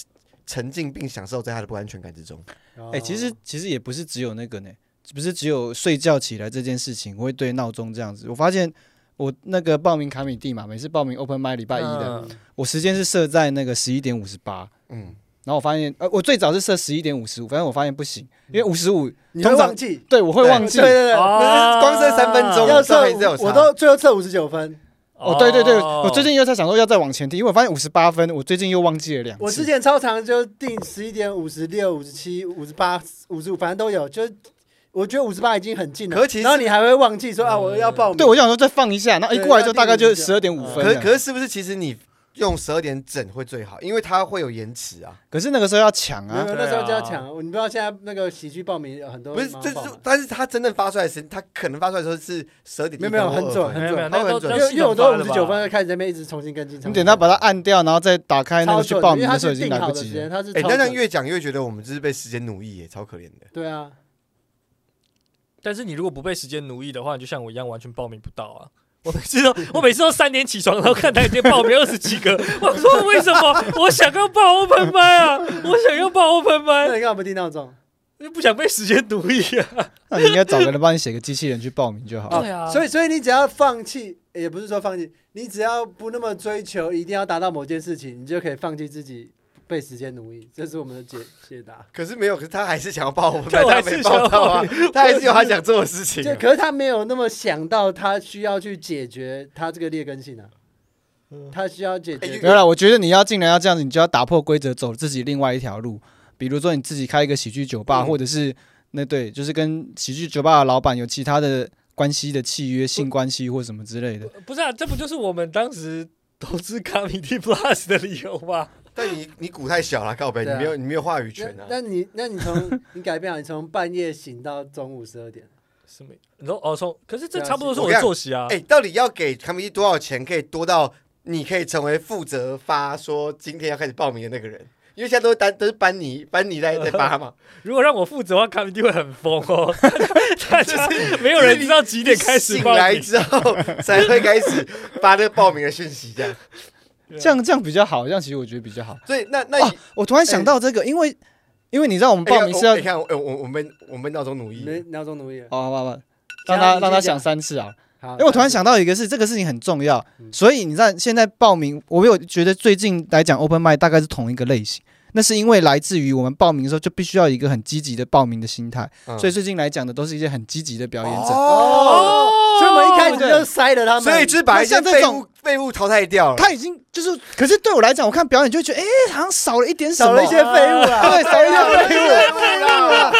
[SPEAKER 4] 沉浸并享受在他的不安全感之中。
[SPEAKER 1] 哦
[SPEAKER 3] 哎、其实其实也不是只有那个呢，不是只有睡觉起来这件事情，我会对闹钟这样子。我发现我那个报名卡米蒂嘛，每次报名 Open m i 礼拜一的，
[SPEAKER 2] 嗯
[SPEAKER 3] 我时间是设在那个十一点五十八。
[SPEAKER 4] 嗯，
[SPEAKER 3] 然后我发现，呃，我最早是设十一点五十五，反正我发现不行，因为五十五，
[SPEAKER 1] 你
[SPEAKER 3] 通
[SPEAKER 1] 会
[SPEAKER 3] 常
[SPEAKER 1] 忘记，
[SPEAKER 3] 对我会
[SPEAKER 4] 对
[SPEAKER 3] 忘记
[SPEAKER 1] 对。对对，
[SPEAKER 4] 那
[SPEAKER 2] 哦
[SPEAKER 4] 是光这三分钟
[SPEAKER 1] 要
[SPEAKER 4] 中
[SPEAKER 1] 测
[SPEAKER 4] 还是有
[SPEAKER 1] 五我
[SPEAKER 4] 差
[SPEAKER 1] 都最后测五十九分。
[SPEAKER 3] 哦，对对对，
[SPEAKER 2] 哦
[SPEAKER 3] 我最近又在想说要再往前提，因为我发现五十八分，我最近又忘记了两次。
[SPEAKER 1] 我之前超长就定十一点五十六、五十七、五十八、五十五，反正都有。就是我觉得五十八已经很近了，
[SPEAKER 4] 可是其实
[SPEAKER 1] 然后你还会忘记说啊，我要报名。
[SPEAKER 3] 对我就想说再放一下，然后一
[SPEAKER 1] 对
[SPEAKER 3] 过来就大概就
[SPEAKER 1] 要定一
[SPEAKER 3] 十
[SPEAKER 1] 下嗯
[SPEAKER 3] 二点五分
[SPEAKER 4] 可
[SPEAKER 3] 了。
[SPEAKER 4] 可是是不是其实你用十二点整会最好，因为它会有延迟啊。
[SPEAKER 3] 可是那个时候要抢
[SPEAKER 1] 没有
[SPEAKER 3] 啊
[SPEAKER 1] 没，有那时候就要抢，你不知道现在那个喜剧报名有很多
[SPEAKER 4] 不是，
[SPEAKER 1] 妈妈
[SPEAKER 4] 这是
[SPEAKER 1] 报名
[SPEAKER 4] 但是他真正发出来的时间，他可能发出来的时候是十二点一
[SPEAKER 1] 没有
[SPEAKER 4] 分
[SPEAKER 1] 没有
[SPEAKER 4] 或
[SPEAKER 1] 很
[SPEAKER 4] 22
[SPEAKER 1] 准
[SPEAKER 4] 分
[SPEAKER 2] 没有没有，
[SPEAKER 4] 他
[SPEAKER 2] 那
[SPEAKER 4] 会
[SPEAKER 2] 都
[SPEAKER 4] 很准
[SPEAKER 2] 那
[SPEAKER 1] 因为因为我都五
[SPEAKER 2] 系统
[SPEAKER 1] 十
[SPEAKER 2] 发
[SPEAKER 1] 九
[SPEAKER 2] 的
[SPEAKER 1] 分
[SPEAKER 2] 吧。
[SPEAKER 1] 就开始在那边一直重新跟进。
[SPEAKER 3] 你等到把它按掉，然后再打开那
[SPEAKER 1] 超
[SPEAKER 3] 个去
[SPEAKER 1] 准
[SPEAKER 3] 报
[SPEAKER 1] 因为
[SPEAKER 3] 名
[SPEAKER 1] 它
[SPEAKER 3] 的时候
[SPEAKER 1] 是
[SPEAKER 3] 已经
[SPEAKER 1] 定
[SPEAKER 3] 来
[SPEAKER 1] 好
[SPEAKER 3] 不
[SPEAKER 1] 的时
[SPEAKER 3] 及
[SPEAKER 1] 间，
[SPEAKER 3] 了。
[SPEAKER 1] 它是
[SPEAKER 4] 哎，
[SPEAKER 1] 超
[SPEAKER 4] 那这样
[SPEAKER 1] 准
[SPEAKER 4] 越讲越觉得我们就是被时间奴役耶，超可怜的。
[SPEAKER 1] 对啊，
[SPEAKER 2] 但是你如果不被时间奴役的话，你就像我一样完全报名不到啊。我每次都 我每次都三点起床，然后看他已经报名二十几个， 我说为什么我想要报 open m i 啊？我想要报 open m
[SPEAKER 1] 那
[SPEAKER 2] i
[SPEAKER 1] 你干嘛不定闹钟？
[SPEAKER 2] 又不想被时间奴役啊。
[SPEAKER 3] 那你应该找个人帮你写个机器人去报名就好 了。
[SPEAKER 2] 对啊
[SPEAKER 1] 所以所以你只要放弃，也不是说放弃，你只要不那么追求一定要达到某件事情，你就可以放弃自己被时间奴役。这是我们的解解答。
[SPEAKER 4] 可是没有，可是他还是想要抱我们，
[SPEAKER 2] 对我
[SPEAKER 4] 他
[SPEAKER 2] 还
[SPEAKER 4] 没
[SPEAKER 2] 是想
[SPEAKER 4] 抱
[SPEAKER 2] 要
[SPEAKER 4] 到啊
[SPEAKER 2] 抱，
[SPEAKER 4] 他还是有他想做的事情
[SPEAKER 1] 就
[SPEAKER 4] 啊。
[SPEAKER 1] 可是他没有那么想到，他需要去解决他这个劣根性啊，他需要解
[SPEAKER 4] 嗯哎
[SPEAKER 1] 决
[SPEAKER 4] 就。
[SPEAKER 3] 没有啦，我觉得你要进来要这样子，你就要打破规则，走自己另外一条路。比如说你自己开一个喜剧酒吧，
[SPEAKER 4] 嗯
[SPEAKER 3] 或者是那对，就是跟喜剧酒吧的老板有其他的关系的契约、性关系或什么之类的。
[SPEAKER 2] 不是啊，这不就是我们当时投资 Comedy Plus 的理由吗？
[SPEAKER 4] 但你你股太小了，告白，你
[SPEAKER 1] 对啊
[SPEAKER 4] 没有你没有话语权
[SPEAKER 1] 那
[SPEAKER 4] 啊。
[SPEAKER 1] 那你那你从你改变了，你从半夜醒到中午十二 点，
[SPEAKER 2] 什么？然后哦，从可是这
[SPEAKER 1] 对啊
[SPEAKER 2] 差不多是
[SPEAKER 4] 我
[SPEAKER 2] 我
[SPEAKER 4] 跟
[SPEAKER 2] 的
[SPEAKER 4] 你
[SPEAKER 2] 作息啊。
[SPEAKER 4] 哎、到底要给他们多少钱，可以多到你可以成为负责发说今天要开始报名的那个人？因为现在都是单都是班尼班尼在在发 嘛，
[SPEAKER 2] 如果让我负责的话，Comedy 会很疯 哦。大家没有人知道几点开始
[SPEAKER 4] 醒
[SPEAKER 2] 报
[SPEAKER 4] 来
[SPEAKER 2] 名
[SPEAKER 4] 之后才会开始发那个报名的讯息，这样。
[SPEAKER 2] 对啊
[SPEAKER 3] 这样这样比较好，这样其实我觉得比较好。
[SPEAKER 4] 所以那那你、
[SPEAKER 3] 我突然想到这个，因为因为你知道我们
[SPEAKER 4] 哎
[SPEAKER 3] 哦报名
[SPEAKER 4] 我
[SPEAKER 3] 是要
[SPEAKER 4] 你看我我我们我们闹钟奴
[SPEAKER 1] 你
[SPEAKER 4] 役，
[SPEAKER 1] 们闹钟奴役了。
[SPEAKER 3] 哦，好吧好吧，
[SPEAKER 1] 其他
[SPEAKER 3] 让他
[SPEAKER 1] 你
[SPEAKER 3] 让他
[SPEAKER 1] 先
[SPEAKER 3] 想
[SPEAKER 1] 讲
[SPEAKER 3] 三次啊。
[SPEAKER 1] 好，
[SPEAKER 3] 因为我突然想到一个事，这个事情很重要，
[SPEAKER 1] 嗯
[SPEAKER 3] 所以你知道现在报名，我有觉得最近来讲 open m i d 大概是同一个类型。那是因为来自于我们报名的时候就必须要有一个很积极的报名的心态，
[SPEAKER 4] 嗯
[SPEAKER 3] 所以最近来讲的都是一些很积极的表演者。
[SPEAKER 4] 哦，
[SPEAKER 1] 所以我们一开始就塞了他们，
[SPEAKER 4] 所以就是把一些
[SPEAKER 3] 那像这
[SPEAKER 4] 废
[SPEAKER 3] 种
[SPEAKER 4] 物废物淘汰掉了。
[SPEAKER 3] 他已经就是，可是对我来讲，我看表演就会觉得，哎、好像少了一点什
[SPEAKER 1] 少
[SPEAKER 3] 么，
[SPEAKER 1] 了一些废物啊啦，
[SPEAKER 3] 对，少了一些废物。
[SPEAKER 4] 废物 哎啦，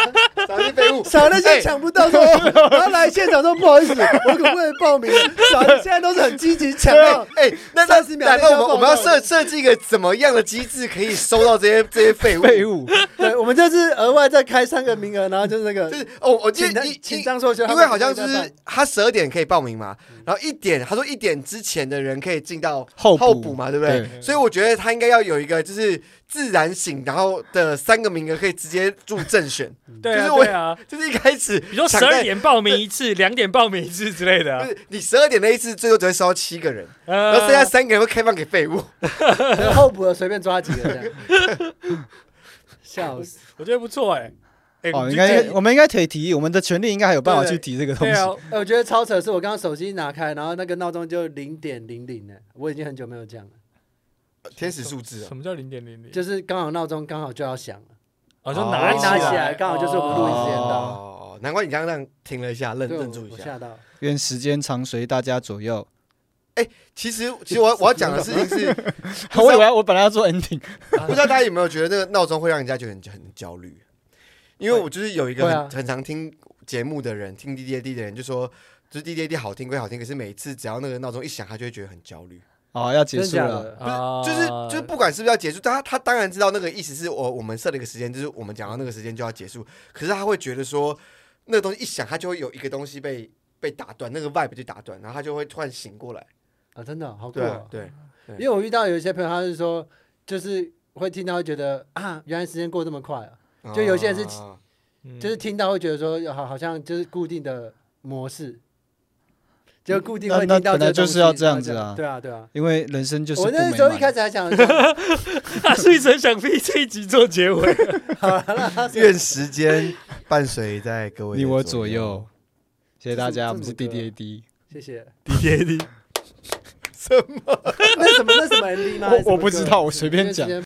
[SPEAKER 4] 少一些废 物，
[SPEAKER 1] 少了一些抢不到说，然后来现场说不好意思，我可不可以报名？少现在都是很积极抢
[SPEAKER 4] 哎
[SPEAKER 1] 到，
[SPEAKER 4] 哎，那那
[SPEAKER 1] 30秒
[SPEAKER 4] 那
[SPEAKER 1] 内就要
[SPEAKER 4] 那我们
[SPEAKER 1] 报
[SPEAKER 4] 我们要
[SPEAKER 1] 到
[SPEAKER 4] 设设计一个怎么样的机制可以收到这些这些废物？
[SPEAKER 3] 废物，
[SPEAKER 1] 对，我们就是额外再开三个名额，然后就是那个
[SPEAKER 4] 就，是哦，我记
[SPEAKER 1] 请
[SPEAKER 4] 得
[SPEAKER 1] 他
[SPEAKER 4] 一
[SPEAKER 1] 请
[SPEAKER 4] 一
[SPEAKER 1] 张硕修，
[SPEAKER 4] 因为好像就是他十二点可以报名嘛，然后一点他说一点之前的人可以进到
[SPEAKER 3] 后
[SPEAKER 4] 候
[SPEAKER 3] 补
[SPEAKER 4] 补嘛，对不对？
[SPEAKER 2] 对
[SPEAKER 4] 所以我觉得他应该要有一个就是自然醒，然后的三个名额可以直接入正选，
[SPEAKER 2] 对啊
[SPEAKER 4] 就是我
[SPEAKER 2] 对啊，
[SPEAKER 4] 就是一开始
[SPEAKER 2] 比如说
[SPEAKER 4] 抢
[SPEAKER 2] 十
[SPEAKER 4] 在
[SPEAKER 2] 二点报名一次， 两点报名一次之类的
[SPEAKER 4] 就
[SPEAKER 2] 啊。
[SPEAKER 4] 是你十二点那一次最多只会收到七个人，然
[SPEAKER 2] 呃
[SPEAKER 4] 后剩下三个人会开放给废物。
[SPEAKER 1] 然后补的随便抓几个这 样，笑死！
[SPEAKER 2] 我觉得不错哎。哎，
[SPEAKER 3] 哦，应
[SPEAKER 2] 你就
[SPEAKER 3] 该
[SPEAKER 2] 这样
[SPEAKER 3] 我们应该可以提议，我们的权利应该还有办法去提这个东
[SPEAKER 2] 对
[SPEAKER 3] 西。
[SPEAKER 2] 啊，
[SPEAKER 1] 哎，我觉得超扯，是我刚刚手机拿开，然后那个闹钟就零点零零了，我已经很久没有这样了，
[SPEAKER 4] 天使数字啊，
[SPEAKER 2] 什么叫零点零零？
[SPEAKER 1] 就是刚好闹钟刚好就要响了，
[SPEAKER 2] 好像
[SPEAKER 4] 哦
[SPEAKER 2] 拿
[SPEAKER 4] 拿
[SPEAKER 2] 起
[SPEAKER 4] 起
[SPEAKER 1] 来刚好就是我们录音时间到
[SPEAKER 2] 哦
[SPEAKER 4] 哦，难怪你刚刚那样停了一下，愣
[SPEAKER 1] 对，我
[SPEAKER 4] 愣住一
[SPEAKER 1] 我
[SPEAKER 4] 下。
[SPEAKER 1] 吓到，
[SPEAKER 3] 愿时间常随大家左右。
[SPEAKER 4] 其实，其实我我要讲的事 情是，
[SPEAKER 3] 我以为我本来要做 ending，
[SPEAKER 1] 啊
[SPEAKER 4] 不知道大家有没有觉得那个闹钟会让人家觉得很很焦虑？因为我就是有一个
[SPEAKER 1] 会
[SPEAKER 4] 很、
[SPEAKER 1] 啊
[SPEAKER 4] 很常听节目的人，听 D D A D 的人就说，就是 D D A D 好听归好听，可是每次只要那个闹钟一响，他就会觉得很焦虑。
[SPEAKER 3] 哦，要
[SPEAKER 1] 真
[SPEAKER 3] 结
[SPEAKER 1] 的
[SPEAKER 3] 束
[SPEAKER 1] 假
[SPEAKER 3] 了。
[SPEAKER 1] 的？
[SPEAKER 2] 啊
[SPEAKER 4] 就是就是哦不管是不是要结束，但他他当然知道那个意思是我我们设了一个时间，就是我们讲到那个时间就要结束。可是他会觉得说，那个东西一响，他就会有一个东西被被打断，那个 vibe 就打断，然后他就会突然醒过来。
[SPEAKER 1] 啊，真的哦好酷
[SPEAKER 4] 对啊
[SPEAKER 1] 哦！
[SPEAKER 4] 对，对
[SPEAKER 1] 因为我遇到有一些朋友，他是说，就是会听到会觉得啊，原来时间过这么快啊，就有些人是
[SPEAKER 4] 啊
[SPEAKER 2] 嗯
[SPEAKER 1] 就是听到会觉得说，好，好像就是固定的模式，就固定
[SPEAKER 3] 那
[SPEAKER 1] 会
[SPEAKER 3] 那
[SPEAKER 1] 听到这个东西。
[SPEAKER 3] 本来就是要这样子
[SPEAKER 1] 然
[SPEAKER 3] 啊
[SPEAKER 1] 后这样对啊，对啊。
[SPEAKER 3] 因为人生就是
[SPEAKER 1] 我
[SPEAKER 3] 不美
[SPEAKER 1] 那时候一开
[SPEAKER 3] 满。
[SPEAKER 1] 始还想说，
[SPEAKER 2] 他是一直很想逼这一集做结尾。
[SPEAKER 4] 愿时间伴随在各位的
[SPEAKER 3] 你我左右。，谢谢大
[SPEAKER 1] 这
[SPEAKER 3] 家，
[SPEAKER 1] 是
[SPEAKER 3] 我们是
[SPEAKER 1] 这是
[SPEAKER 3] DDAD。
[SPEAKER 1] 谢谢。
[SPEAKER 2] D D A D，
[SPEAKER 1] 那什么那什么 MV 吗？
[SPEAKER 3] 我我不知道我随便讲
[SPEAKER 1] 因为时间